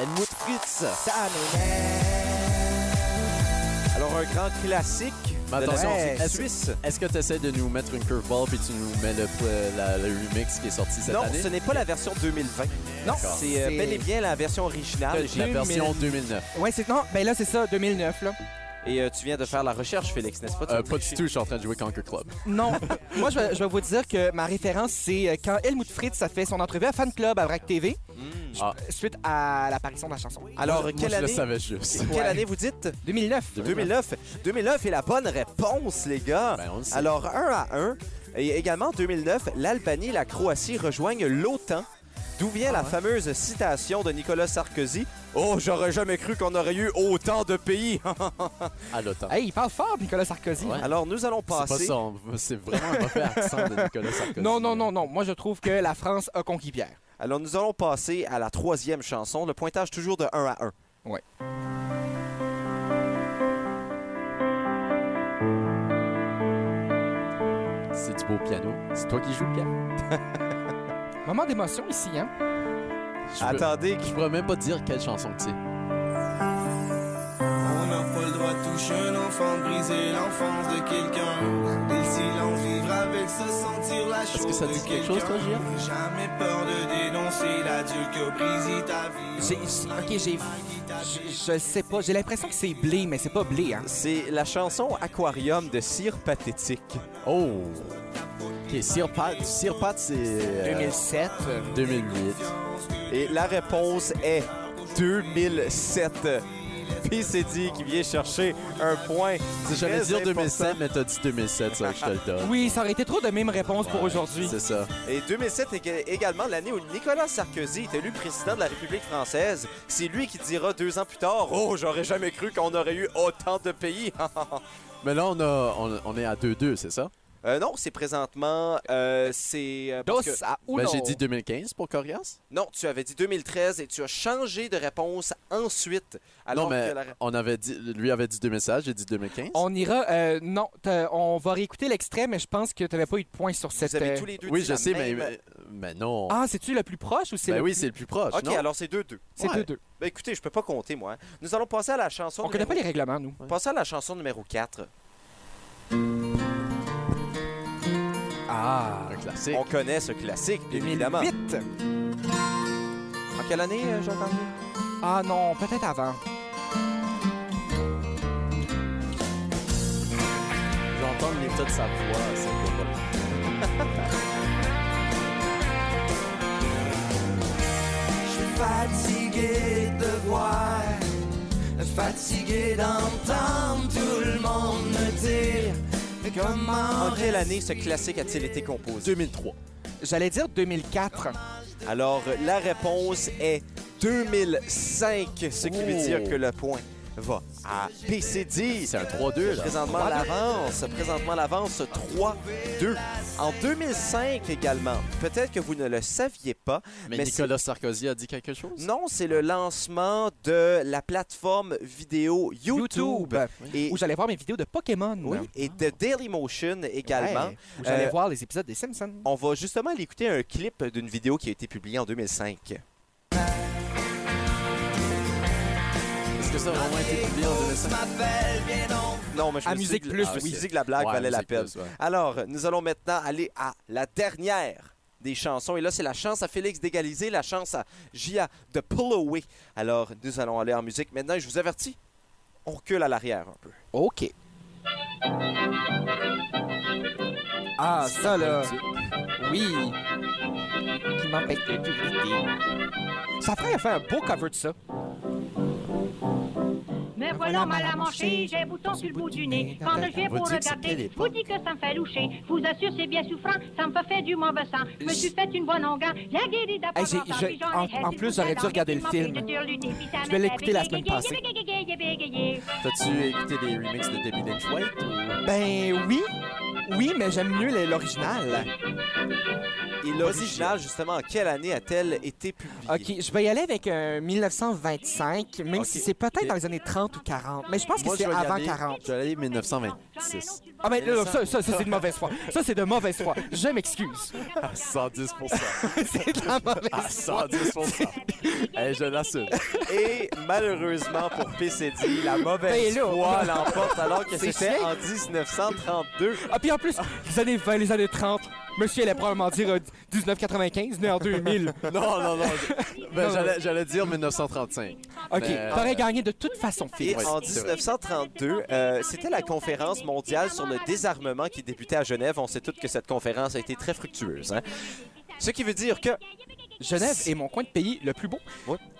Speaker 4: Helmut Fritz.
Speaker 1: Alors, un grand classique
Speaker 4: Mais
Speaker 1: de la
Speaker 4: attention,
Speaker 1: musique
Speaker 4: est-ce-
Speaker 1: suisse.
Speaker 4: Est-ce que tu essaies de nous mettre une curveball puis tu nous mets le, pl- la- le remix qui est sorti cette
Speaker 1: non,
Speaker 4: année?
Speaker 1: ce n'est pas la version 2020.
Speaker 3: Non,
Speaker 1: C'est euh, bel et bien la version originale.
Speaker 4: la version 2009.
Speaker 3: Ouais, c'est non, ben là c'est ça 2009 là.
Speaker 1: Et euh, tu viens de faire la recherche, Félix, n'est-ce pas? tu
Speaker 4: Euh,
Speaker 1: as
Speaker 4: pas du
Speaker 1: triché?
Speaker 4: tout, je suis en train de jouer Conquer Club.
Speaker 3: Non, moi je vais, je vais vous dire que ma référence c'est euh, quand Helmut Fritz a fait son entrevue à Fan Club à Vrac TV
Speaker 1: Mm.
Speaker 4: Ah.
Speaker 3: suite à l'apparition de la chanson.
Speaker 1: Alors,
Speaker 4: Moi,
Speaker 1: quelle
Speaker 4: je le
Speaker 1: année?
Speaker 4: savais juste.
Speaker 1: Quelle année vous dites?
Speaker 3: 2009.
Speaker 1: 2009. 2009 est la bonne réponse, les gars.
Speaker 4: Ben, on le sait.
Speaker 1: Alors, 1 à 1. Et également, en 2009, l'Albanie et la Croatie rejoignent l'OTAN. D'où vient la fameuse citation de Nicolas Sarkozy Oh, j'aurais jamais cru qu'on aurait eu autant de pays.
Speaker 4: à l'OTAN.
Speaker 3: Hey, il parle fort Nicolas Sarkozy.
Speaker 4: Ouais.
Speaker 1: Alors, nous allons
Speaker 4: c'est pas
Speaker 1: passer.
Speaker 4: son- c'est vraiment un mauvais accent de Nicolas Sarkozy.
Speaker 3: Non, non, non, non. Moi, je trouve que la France a conquis Pierre.
Speaker 1: Alors, nous allons passer à la troisième chanson. Le pointage toujours de 1 à 1.
Speaker 3: Ouais.
Speaker 4: C'est du beau piano. C'est toi qui joues, Pierre.
Speaker 3: Moment d'émotion ici, hein?
Speaker 4: Je peux-
Speaker 1: Attendez,
Speaker 4: Je pourrais même pas te dire quelle chanson que c'est.
Speaker 7: On n'a pas le droit de toucher un enfant, de briser l'enfance de quelqu'un. Et le silence, vivre avec, se sentir la chose
Speaker 4: Est-ce que ça
Speaker 7: de
Speaker 4: dit quelque chose, toi,
Speaker 7: quelqu'un. Jamais peur de dénoncer la Dieu qui a brisé ta vie.
Speaker 3: J'ai- j'ai- ok, j'ai. Je, je sais pas. J'ai l'impression que c'est blé, mais c'est pas blé, hein?
Speaker 1: c'est la chanson Aquarium de Cire Pathétique.
Speaker 4: Oh! Ok, Sir Pat, Sir Pat, c'est. euh,
Speaker 3: 2007.
Speaker 4: 2008.
Speaker 1: Et la réponse est 2007. P s'est dit qui vient chercher un point.
Speaker 4: Si j'allais
Speaker 1: très
Speaker 4: dire
Speaker 1: important.
Speaker 4: 2007, mais t'as dit 2007, ça, je te le donne.
Speaker 3: Oui, ça aurait été trop de mêmes réponses pour aujourd'hui.
Speaker 4: C'est ça.
Speaker 1: Et 2007 est ég- également l'année où Nicolas Sarkozy est élu président de la République française. C'est lui qui dira deux ans plus tard Oh, j'aurais jamais cru qu'on aurait eu autant de pays.
Speaker 4: Mais là, on, a, on, on est à 2-2, c'est ça?
Speaker 1: Euh, non, c'est présentement. euh, c'est. euh,
Speaker 9: Dos
Speaker 1: parce que-
Speaker 9: à
Speaker 4: Ben,
Speaker 9: uno.
Speaker 4: j'ai dit 2015 pour Corias.
Speaker 1: non, tu avais dit 2013 et tu as changé de réponse ensuite. Alors
Speaker 4: non, mais
Speaker 1: que la-
Speaker 4: on avait dit, lui avait dit 2016, j'ai dit 2015.
Speaker 3: On ira. euh, non, t'as- on va réécouter l'extrait, mais je pense que tu n'avais pas eu de point sur cette.
Speaker 1: Vous avez
Speaker 3: euh,
Speaker 1: tous les deux
Speaker 4: Oui,
Speaker 1: dit
Speaker 4: je
Speaker 1: la
Speaker 4: sais, mais,
Speaker 1: même-
Speaker 4: mais, mais non.
Speaker 3: Ah, c'est-tu le plus proche ou c'est
Speaker 4: ben
Speaker 3: le
Speaker 4: oui,
Speaker 3: plus-
Speaker 4: c'est le plus proche,
Speaker 1: Ok,
Speaker 4: non?
Speaker 1: alors c'est 2-2.
Speaker 3: C'est
Speaker 4: Ouais.
Speaker 3: deux, deux.
Speaker 1: Ben, écoutez, je peux pas compter, moi. hein. Nous allons passer à la chanson.
Speaker 3: On connaît
Speaker 1: numéro-
Speaker 3: pas les règlements, nous.
Speaker 1: Passons à la chanson numéro 4.
Speaker 3: Ah.
Speaker 4: Un classique.
Speaker 1: On connaît ce classique, bien évidemment.
Speaker 9: 2008.
Speaker 1: En quelle année, euh, Jean-Carl?
Speaker 3: Ah non, peut-être avant.
Speaker 4: J'entends l'état de sa voix, c'est pas bon.
Speaker 10: Fatigué de voir, fatigué d'entendre tout le monde me dire comment
Speaker 1: En quelle année ce classique a-t-il été composé?
Speaker 4: 2003.
Speaker 3: J'allais dire 2004.
Speaker 1: Alors, la réponse est 2005, ce qui veut
Speaker 4: Oh.
Speaker 1: dire que le point va à PCD.
Speaker 4: C'est un 3-2, là.
Speaker 1: Présentement l'avance, présentement l'avance 3-2. En 2005 également, peut-être que vous ne le saviez pas,
Speaker 4: Mais,
Speaker 1: Mais
Speaker 4: Nicolas Sarkozy a dit quelque chose?
Speaker 1: non, c'est le lancement de la plateforme vidéo YouTube. Et,
Speaker 3: Où j'allais voir mes vidéos de Pokémon.
Speaker 1: oui, et de Dailymotion également.
Speaker 3: Ouais, Où j'allais
Speaker 1: Euh,
Speaker 3: voir les épisodes des Simpsons.
Speaker 1: On va justement aller écouter un clip d'une vidéo qui a été publiée en 2005.
Speaker 4: Est-ce que ça a vraiment été publié en 2005?
Speaker 1: Non, mais je
Speaker 3: À
Speaker 1: me suis
Speaker 3: musique
Speaker 1: dit que-
Speaker 3: plus,
Speaker 1: je me
Speaker 3: oui.
Speaker 1: suis dit que la blague
Speaker 4: Ouais,
Speaker 1: valait la
Speaker 4: musique
Speaker 1: peine.
Speaker 4: plus, ouais.
Speaker 1: Alors, nous allons maintenant aller à la dernière des chansons. Et là, c'est la chance à Félix d'égaliser, la chance à Gia de pull away. Alors, nous allons aller en musique maintenant. Et je vous avertis, on recule à l'arrière un peu.
Speaker 9: OK. Ah, ça là. Oui.
Speaker 3: Qui m'empêche de tout vider. Ça ferait faire un beau cover de ça.
Speaker 11: Me
Speaker 3: voilà
Speaker 11: voilà mal à
Speaker 3: mal
Speaker 11: manger,
Speaker 3: manger,
Speaker 11: j'ai un bouton sur le bout du nez.
Speaker 3: nez.
Speaker 11: Quand je viens
Speaker 4: Vous
Speaker 11: pour
Speaker 4: dites que c'est quelle
Speaker 11: regarder, je vous
Speaker 4: époque?
Speaker 11: dis que ça me fait loucher. Je vous assure, c'est bien souffrant, ça me fait faire du mauvais sang. Je me suis fait une bonne onga, bien guéri
Speaker 3: Hey,
Speaker 11: d'après
Speaker 3: j'ai- je- en- en plus, j'aurais dû regarder le film. Je vais l'écouter la semaine passée.
Speaker 4: T'as-tu écouté les remixes de Debbie Lynch White? ou-
Speaker 3: Ben oui. Oui, mais j'aime mieux les- l'original.
Speaker 1: Et l'original, justement, en quelle année a-t-elle été publiée?
Speaker 3: OK, je vais y aller avec un 1925, même
Speaker 1: Ok.
Speaker 3: si c'est peut-être dans les années 30 ou 40. Mais je pense que
Speaker 4: Moi,
Speaker 3: c'est
Speaker 4: je vais y
Speaker 3: avant
Speaker 4: aller-
Speaker 3: 40.
Speaker 4: Je vais aller 1926.
Speaker 3: Ah ben là, ça, ça, ça, c'est de mauvaise foi. Ça, c'est de mauvaise foi. Je m'excuse.
Speaker 4: 110
Speaker 3: c'est de la
Speaker 4: Ah,
Speaker 3: mauvaise foi.
Speaker 4: 110 Eh, Je l'assume.
Speaker 1: Et malheureusement pour PCD, la mauvaise
Speaker 3: Ben là.
Speaker 1: foi l'emporte alors que
Speaker 3: C'est
Speaker 1: c'était
Speaker 3: chiant.
Speaker 1: en 1932.
Speaker 3: Ah, puis en plus, les années 20, les années 30, monsieur allait probablement dire euh, 1995, né en 2000.
Speaker 4: Non, non, non. je- ben, j'allais- J'allais dire 1935.
Speaker 3: OK,
Speaker 4: Mais, euh,
Speaker 3: t'aurais gagné de toute façon,
Speaker 1: Et
Speaker 3: Félix.
Speaker 4: Ouais,
Speaker 1: en
Speaker 4: c'est vrai.
Speaker 1: 1932, euh, c'était la conférence mondiale sur le désarmement qui débutait à Genève. On sait toutes que cette conférence a été très fructueuse. hein. Ce qui veut dire que
Speaker 3: Genève est mon coin de pays le plus beau.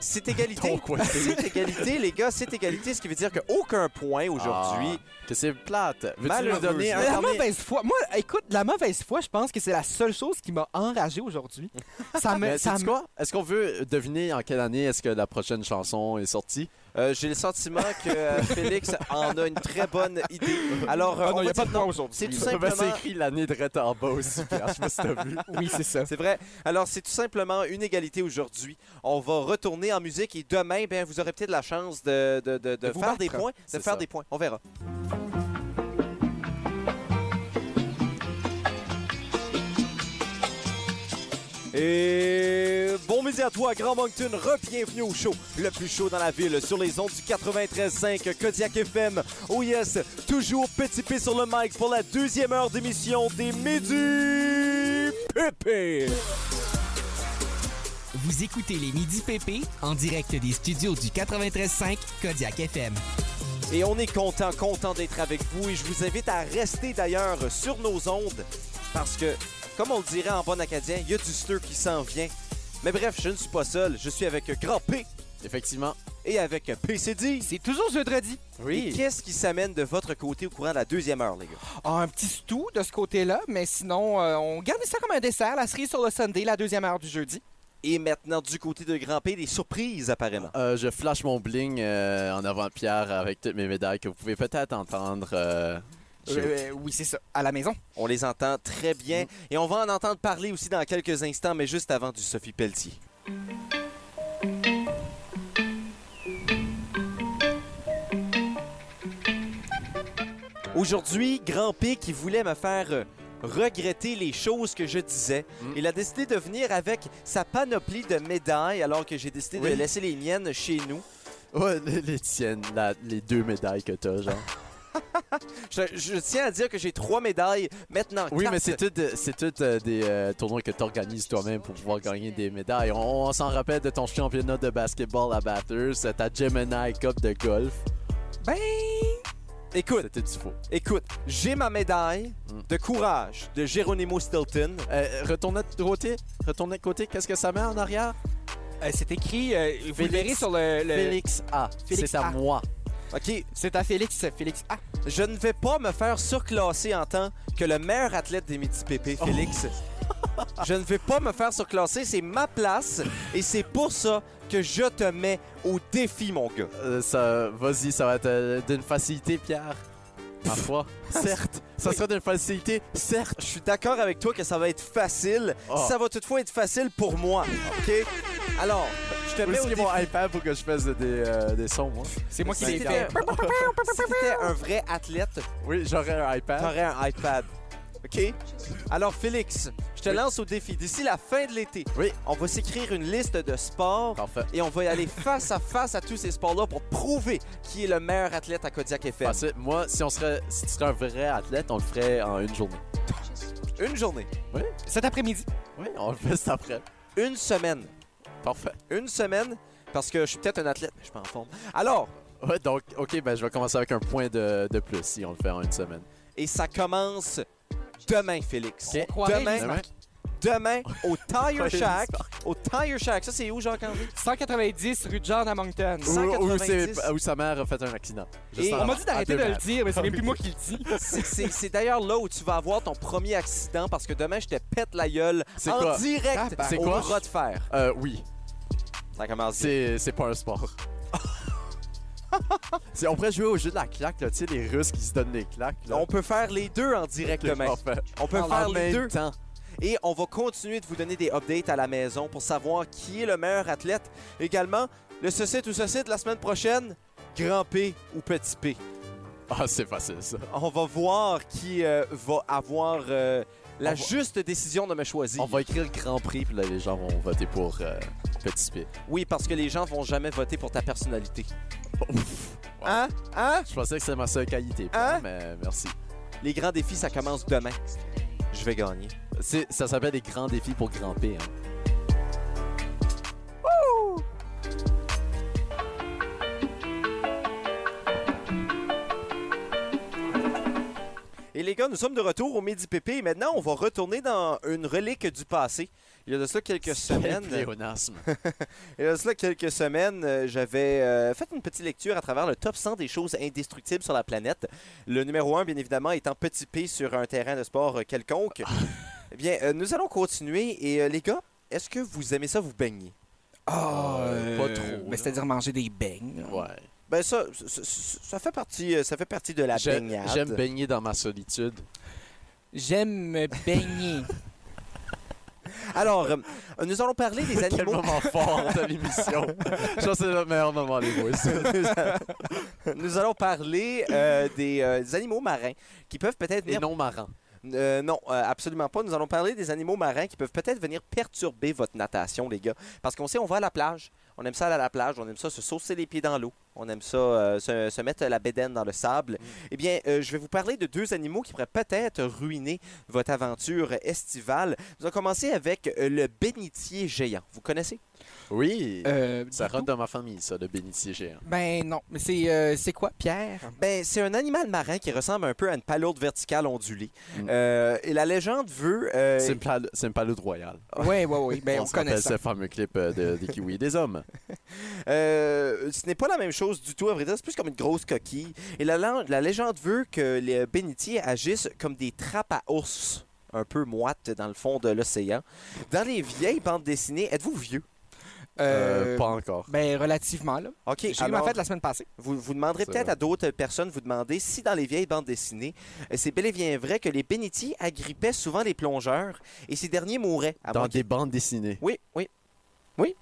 Speaker 1: c'est égalité. C'est égalité, les gars, c'est égalité. Ce qui veut dire qu'aucun point
Speaker 3: Ah.
Speaker 1: aujourd'hui.
Speaker 4: Que c'est plate. Veux-tu me
Speaker 1: Malheureusement.
Speaker 4: donner
Speaker 3: Mais la
Speaker 4: un dernier?
Speaker 3: mauvaise foi, moi, écoute, la mauvaise foi, je pense que c'est la seule chose qui m'a enragé aujourd'hui. Ça me.
Speaker 4: Mais
Speaker 3: ça
Speaker 4: sais-tu
Speaker 3: me-
Speaker 4: quoi? Est-ce qu'on veut deviner en quelle année est-ce que la prochaine chanson est sortie?
Speaker 1: euh, J'ai le sentiment que euh, Félix en a une très bonne idée. Alors, euh,
Speaker 3: Ah
Speaker 1: on
Speaker 3: non, y
Speaker 1: va
Speaker 3: a pas
Speaker 1: dire
Speaker 3: de point
Speaker 1: non.
Speaker 3: aujourd'hui.
Speaker 1: C'est tout
Speaker 4: Ben,
Speaker 1: simplement.
Speaker 4: c'est écrit l'année de Red en bas aussi, Pierre. Je sais pas si t'as vu.
Speaker 3: Oui, c'est ça.
Speaker 1: C'est vrai. Alors, c'est tout simplement une égalité aujourd'hui. On va retourner en musique et demain, ben, vous aurez peut-être la chance de, de- de- de
Speaker 3: De vous
Speaker 1: faire des
Speaker 3: battre.
Speaker 1: points. De
Speaker 4: C'est
Speaker 1: faire
Speaker 4: ça.
Speaker 1: des points. On verra. Et bon midi à toi, Grand Moncton. Re-bienvenue au show, le plus chaud dans la ville, sur les ondes du 93.5 Kodiak FM. Oh yes, toujours petit P sur le mic pour la deuxième heure d'émission des Midi Pépé.
Speaker 12: Vous écoutez les Midi PP en direct des studios du 93.5 Kodiak FM.
Speaker 1: Et on est content, content d'être avec vous. Et je vous invite à rester d'ailleurs sur nos ondes parce que, comme on le dirait en bon acadien, il y a du stir qui s'en vient. Mais bref, je ne suis pas seul. Je suis avec Grand P
Speaker 4: Effectivement.
Speaker 1: et avec PCD.
Speaker 3: C'est toujours vendredi.
Speaker 1: Et qu'est-ce qui s'amène de votre côté au courant de la deuxième heure, les gars?
Speaker 3: Ah, un petit stou de ce côté-là, mais sinon, euh, on garde ça comme un dessert, la cerise sur le Sunday, la deuxième heure du jeudi.
Speaker 1: Et maintenant, du côté de Grand P, des surprises, apparemment.
Speaker 4: Euh, je flash mon bling euh, en avant-pierre avec toutes mes médailles que vous pouvez peut-être entendre. euh, je-
Speaker 3: Euh, oui, c'est ça, à la maison.
Speaker 1: On les entend très
Speaker 4: Mm.
Speaker 1: bien. Et on va en entendre parler aussi dans quelques instants, mais juste avant du Sophie Pelletier. Aujourd'hui, Grand P qui voulait me faire euh, regretter les choses que je disais.
Speaker 4: Mm.
Speaker 1: Il a décidé de venir avec sa panoplie de médailles alors que j'ai décidé de
Speaker 4: Oui.
Speaker 1: laisser les miennes chez nous.
Speaker 4: Ouais, les, les tiennes, la- les deux médailles que t'as, genre.
Speaker 1: Je, je tiens à dire que j'ai trois médailles maintenant.
Speaker 4: Oui,
Speaker 1: quatre.
Speaker 4: mais c'est toutes c'est tout, euh, des euh, tournois que t'organises toi-même pour pouvoir gagner des médailles. On, on s'en rappelle de ton championnat de basketball à Bathurst, euh, ta Gemini Cup de golf.
Speaker 3: Ben,
Speaker 1: Écoute,
Speaker 4: C'était du faux.
Speaker 1: Écoute, j'ai ma médaille
Speaker 4: Mm.
Speaker 1: de courage de Geronimo Stilton.
Speaker 4: Euh, retournez de côté, retournez de côté, qu'est-ce que ça met en arrière?
Speaker 3: euh, c'est écrit, euh, vous
Speaker 4: Félix.
Speaker 3: le verrez sur le... le-
Speaker 4: Félix A,
Speaker 3: Euh, Félix
Speaker 4: c'est à
Speaker 3: A.
Speaker 4: moi.
Speaker 1: OK,
Speaker 3: C'est à Félix, Félix A.
Speaker 1: je ne vais pas me faire surclasser en tant que le meilleur athlète des Midi PP,
Speaker 3: Oh.
Speaker 1: Félix. je ne vais pas me faire surclasser, c'est ma place et c'est pour ça que je te mets au défi, mon gars.
Speaker 4: Euh, ça, vas-y, ça va être euh, d'une facilité, Pierre. Ma foi. certes, ça sera d'une facilité, certes.
Speaker 1: Je suis d'accord avec toi que ça va être facile.
Speaker 4: Oh.
Speaker 1: Ça va toutefois être facile pour moi, OK? Alors, je te
Speaker 4: Où
Speaker 1: mets
Speaker 4: est-ce
Speaker 1: au
Speaker 4: qu'il y a
Speaker 1: défi.
Speaker 4: mon iPad pour que je fasse des, euh, des sons, moi?
Speaker 3: C'est moi qui
Speaker 1: Si
Speaker 3: l'ai
Speaker 1: t'étais
Speaker 3: fait.
Speaker 1: si t'étais un vrai athlète,
Speaker 4: Oui, j'aurai un iPad.
Speaker 1: T'aurais un iPad. OK? Alors, Félix, je te lance au défi. D'ici la fin de l'été,
Speaker 4: Oui.
Speaker 1: on va s'écrire une liste de sports
Speaker 4: Parfait.
Speaker 1: et on va y aller face à face à tous ces sports-là pour prouver qui est le meilleur athlète à Kodiak FM.
Speaker 4: Parce que moi, si on serait, si tu serais un vrai athlète, on le ferait en une journée.
Speaker 1: Une journée,
Speaker 3: Cet après-midi.
Speaker 4: Oui, on le fait cet après.
Speaker 1: une semaine,
Speaker 4: Parfait.
Speaker 1: une semaine, parce que je suis peut-être un athlète, mais je suis pas en forme. Alors,
Speaker 4: Ouais, donc, ok, ben je vais commencer avec un point de, de plus si on le fait en une semaine.
Speaker 1: et ça commence demain, Félix.
Speaker 4: Ok.
Speaker 3: Croirait
Speaker 1: Demain.
Speaker 3: Lismark.
Speaker 1: Demain, au Tire
Speaker 4: Ouais,
Speaker 1: Shack. Au Tire Shack. Ça, c'est où, Jacques-André?
Speaker 3: 190 rue John à Moncton.
Speaker 4: Où, où,
Speaker 1: 190.
Speaker 4: c'est- où sa mère a fait un accident.
Speaker 1: Et
Speaker 4: en-
Speaker 1: on
Speaker 3: On m'a dit
Speaker 4: en
Speaker 3: d'arrêter
Speaker 4: deux
Speaker 3: de le
Speaker 4: mètres.
Speaker 3: dire, mais c'est même plus moi qui le dis.
Speaker 1: C'est- C'est c'est d'ailleurs là où tu vas avoir ton premier accident parce que demain, je te pète la gueule
Speaker 4: C'est
Speaker 1: en
Speaker 4: quoi?
Speaker 1: direct
Speaker 4: Tabarnak. C'est
Speaker 1: au
Speaker 4: quoi?
Speaker 1: bras de fer.
Speaker 4: Euh, oui,
Speaker 1: Ça commence bien.
Speaker 4: c'est c'est pas un sport. C'est- on pourrait jouer au jeu de la claque, là, tu sais, les Russes qui se donnent des claques. Là.
Speaker 1: On peut faire les deux en direct
Speaker 4: Ok,
Speaker 1: demain.
Speaker 4: parfait.
Speaker 1: On peut
Speaker 4: En
Speaker 1: faire les
Speaker 4: même
Speaker 1: deux.
Speaker 4: temps.
Speaker 1: Et on va continuer de vous donner des updates à la maison pour savoir qui est le meilleur athlète. Également, le ceci ou ceci de la semaine prochaine, grand P ou petit P.
Speaker 4: Ah, c'est facile ça.
Speaker 1: On va voir qui euh, va avoir euh, la
Speaker 4: On va-
Speaker 1: juste décision de me choisir.
Speaker 4: On va écrire le Grand Prix, puis là, les gens vont voter pour euh, Petit P.
Speaker 1: Oui, parce que les gens vont jamais voter pour ta personnalité.
Speaker 4: Ouf.
Speaker 1: Hein? Hein?
Speaker 4: Je pensais que c'était ma seule qualité, Pierre,
Speaker 1: Hein?
Speaker 4: mais merci.
Speaker 1: Les grands défis, ça commence demain. Je vais gagner.
Speaker 4: C'est- Ça s'appelle des grands défis pour Grand P. hein.
Speaker 1: Et les gars, nous sommes de retour au Midi Pépé et maintenant on va retourner dans une relique du passé. Il y a de cela quelques semaines.
Speaker 4: Quel pléonasme.
Speaker 1: Il y a de cela quelques semaines, euh, j'avais euh, fait une petite lecture à travers le top 100 des choses indestructibles sur la planète. Le numéro 1, bien évidemment, étant petit P sur un terrain de sport euh, quelconque. Eh bien, euh, nous allons continuer et euh, les gars, est-ce que vous aimez ça vous baigner?
Speaker 3: Ah,
Speaker 4: Euh, pas trop, là.
Speaker 3: Mais c'est-à-dire manger des beignes.
Speaker 4: Ouais.
Speaker 1: Ben ça, ça- ça, ça fait partie, euh, ça fait partie de la
Speaker 4: J'aime
Speaker 1: baignade.
Speaker 4: j'aime baigner dans ma solitude.
Speaker 3: J'aime me baigner.
Speaker 1: Alors, euh, nous allons parler des
Speaker 4: Quel
Speaker 1: animaux.
Speaker 4: moment fort de l'émission. Je pense que c'est le meilleur moment, les boys.
Speaker 1: Nous allons parler euh, des, euh, des animaux marins qui peuvent peut-être
Speaker 4: Et
Speaker 1: venir.
Speaker 4: non marrant.
Speaker 1: Euh, non, euh, absolument pas. Nous allons parler des animaux marins qui peuvent peut-être venir perturber votre natation, les gars. Parce qu'on sait, on va à la plage. On aime ça aller à la plage. On aime ça se saucer les pieds dans l'eau. On aime ça euh, se, se mettre la bédaine dans le sable. Eh bien, euh, je vais vous parler de deux animaux qui pourraient peut-être ruiner votre aventure estivale. Nous allons commencer avec euh, le bénitier géant. Vous connaissez?
Speaker 4: Oui.
Speaker 3: Euh,
Speaker 4: ça
Speaker 3: du tout.
Speaker 4: rentre dans ma famille, ça, le bénitier géant.
Speaker 3: Ben non, mais c'est euh, c'est quoi, Pierre?
Speaker 1: Ben, c'est un animal marin qui ressemble un peu à une palourde verticale ondulée. Euh, et la légende veut. euh,
Speaker 4: C'est une pal- c'est une paloude royale.
Speaker 3: Oui, oui, oui, ben on,
Speaker 4: se
Speaker 3: connaît
Speaker 4: rappelle
Speaker 3: ça.
Speaker 4: ce fameux clip euh, de, des kiwis et des hommes.
Speaker 1: Euh, ce n'est pas la même chose du tout, à vrai dire. C'est plus comme une grosse coquille. Et la, lan- la légende veut que les bénitiers agissent comme des trappes à ours, un peu moites dans le fond de l'océan. Dans les vieilles bandes dessinées, êtes-vous vieux?
Speaker 4: Euh,
Speaker 3: Euh,
Speaker 4: pas encore.
Speaker 3: Ben relativement, là.
Speaker 1: OK,
Speaker 3: J'ai eu ma
Speaker 1: alors,
Speaker 3: fête la semaine passée.
Speaker 1: vous, vous demanderez
Speaker 4: C'est
Speaker 1: peut-être
Speaker 4: vrai.
Speaker 1: à d'autres personnes, vous demandez si dans les vieilles bandes dessinées, euh, c'est bel et bien vrai que les bénitiers agrippaient souvent les plongeurs et ces derniers mouraient. à
Speaker 4: Dans
Speaker 1: moins
Speaker 4: des bandes dessinées.
Speaker 1: qu'ils- Oui, oui.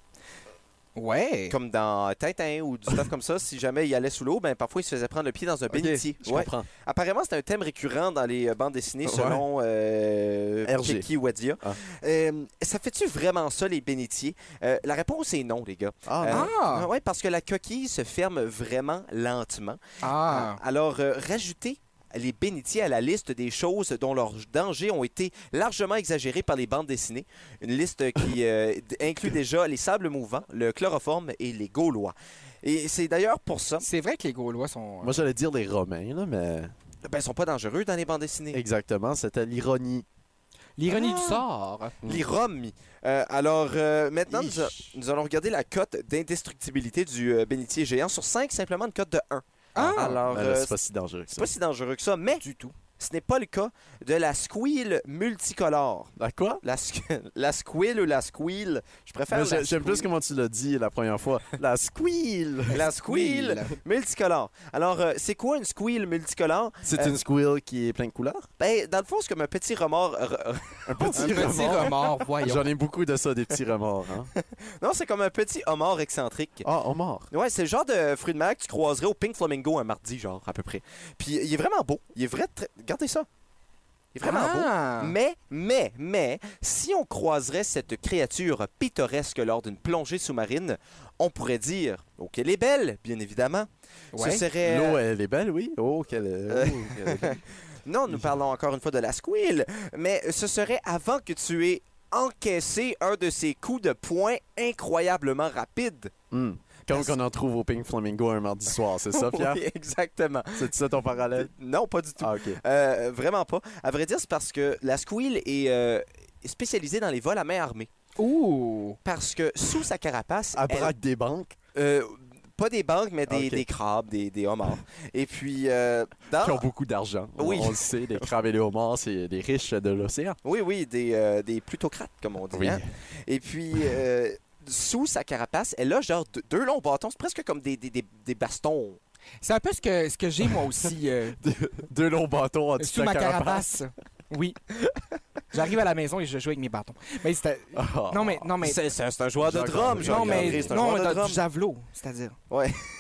Speaker 3: Ouais.
Speaker 1: Comme dans Tintin ou du stuff comme ça, si jamais il allait sous l'eau, ben parfois il se faisait prendre le pied dans un
Speaker 4: Ok,
Speaker 1: bénitier.
Speaker 4: je
Speaker 1: Ouais.
Speaker 4: comprends.
Speaker 1: Apparemment, c'est un thème récurrent dans les euh, bandes dessinées
Speaker 4: Ouais.
Speaker 1: selon euh,
Speaker 4: RG.
Speaker 1: Kiki Wadia.
Speaker 4: Ah.
Speaker 1: Euh, ça fait-tu vraiment ça, les bénitiers? Euh, la réponse est non, les gars.
Speaker 4: Ah,
Speaker 1: Euh,
Speaker 3: Ah!
Speaker 1: ouais, parce que la coquille se ferme vraiment lentement.
Speaker 3: Ah!
Speaker 1: Alors, euh, rajoutez les bénitiers à la liste des choses dont leurs dangers ont été largement exagérés par les bandes dessinées. Une liste qui euh, d- inclut déjà les sables mouvants, le chloroforme et les Gaulois. Et c'est d'ailleurs pour ça.
Speaker 3: C'est vrai que les Gaulois sont. euh,
Speaker 4: Moi, j'allais dire les Romains, là, mais
Speaker 1: Ben, ils sont pas dangereux dans les bandes dessinées.
Speaker 4: exactement, c'était l'ironie.
Speaker 13: L'ironie
Speaker 3: Ah!
Speaker 13: du sort.
Speaker 3: Mm.
Speaker 1: Les roms. Euh, alors, euh, maintenant, nous, a-
Speaker 4: Ich.
Speaker 1: nous allons regarder la cote d'indestructibilité du euh, bénitier géant sur 5, simplement une cote de 1.
Speaker 3: Ah!
Speaker 1: alors,
Speaker 4: Ben
Speaker 1: euh,
Speaker 4: là, c'est
Speaker 1: c'est
Speaker 4: pas si dangereux que ça.
Speaker 1: pas si dangereux que ça, mais
Speaker 3: Du tout.
Speaker 1: ce n'est pas le cas de la squeal multicolore.
Speaker 4: À quoi?
Speaker 1: La, squ- la squeal ou la squeal, je préfère
Speaker 4: Mais
Speaker 1: la
Speaker 4: j'ai- J'aime plus
Speaker 1: squeal.
Speaker 4: comment tu l'as dit la première fois. La squeal!
Speaker 1: La squeal multicolore. Alors, euh, c'est quoi une squeal multicolore?
Speaker 4: C'est
Speaker 1: Euh,
Speaker 4: une squeal qui est pleine de couleurs?
Speaker 1: Ben, dans le fond, c'est comme un petit remords. re- re-
Speaker 4: Un
Speaker 3: Un
Speaker 4: petit
Speaker 3: petit
Speaker 4: remords?
Speaker 3: remords,
Speaker 1: Ah,
Speaker 3: voyons.
Speaker 4: J'en ai beaucoup de ça, des petits remords. hein.
Speaker 1: Non, c'est comme un petit homard excentrique.
Speaker 4: Ah, on mord.
Speaker 1: Ouais, c'est le genre de fruit de mer que tu croiserais au Pink Flamingo un mardi, genre, à peu près. Puis il est vraiment beau. Il est vrai. très- Regardez ça. Il est vraiment
Speaker 3: Ah!
Speaker 1: beau. Mais, mais, mais, si on croiserait cette créature pittoresque lors d'une plongée sous-marine, on pourrait dire, OK, elle est belle, bien évidemment.
Speaker 3: Ouais.
Speaker 1: Ce serait. euh,
Speaker 4: L'eau, elle est belle, oui. Oh, quelle. oh, quelle-
Speaker 1: Non, nous parlons encore une fois de la squeal, mais ce serait avant que tu aies encaissé un de ces coups de poing incroyablement rapides.
Speaker 4: Hmm. Comme qu'on en trouve au Pink Flamingo un mardi soir, c'est ça, Pierre?
Speaker 1: Oui, exactement.
Speaker 4: C'est ça ton parallèle?
Speaker 1: Non, pas du tout.
Speaker 4: Ah, ok.
Speaker 1: Euh, vraiment pas. À vrai dire, c'est parce que la squeal est euh, spécialisée dans les vols à main armée.
Speaker 3: Ouh!
Speaker 1: Parce que sous sa carapace,
Speaker 4: À
Speaker 1: elle-
Speaker 4: braque des banques
Speaker 1: euh, pas des banques, mais des,
Speaker 4: Ok.
Speaker 1: des crabes, des, des homards. Et puis, euh, dans-
Speaker 4: qui ont beaucoup d'argent. On-
Speaker 1: Oui.
Speaker 4: On, le sait, les crabes et les homards, c'est les riches de l'océan.
Speaker 1: oui, oui, des, euh, des plutocrates, comme on dit. hein. Et puis, euh, sous sa carapace, elle a genre deux- deux longs bâtons. C'est presque comme des, des, des- des bastons.
Speaker 3: C'est un peu ce que, ce que j'ai moi aussi euh,
Speaker 4: Deux longs bâtons en dessous
Speaker 3: sous
Speaker 4: de la
Speaker 3: ma
Speaker 4: carapace.
Speaker 3: carapace. Oui. J'arrive à la maison et je joue avec mes bâtons. Mais c'était.
Speaker 4: Ah.
Speaker 3: Non, mais. Non, mais.
Speaker 1: C'est c'est un- c'est un joueur de
Speaker 4: Jacques
Speaker 1: drum,
Speaker 4: André.
Speaker 1: genre.
Speaker 3: Non, mais.
Speaker 1: André, c'est un
Speaker 3: Non,
Speaker 1: joueur de
Speaker 3: mais dans
Speaker 1: drum.
Speaker 3: du javelot, c'est-à-dire.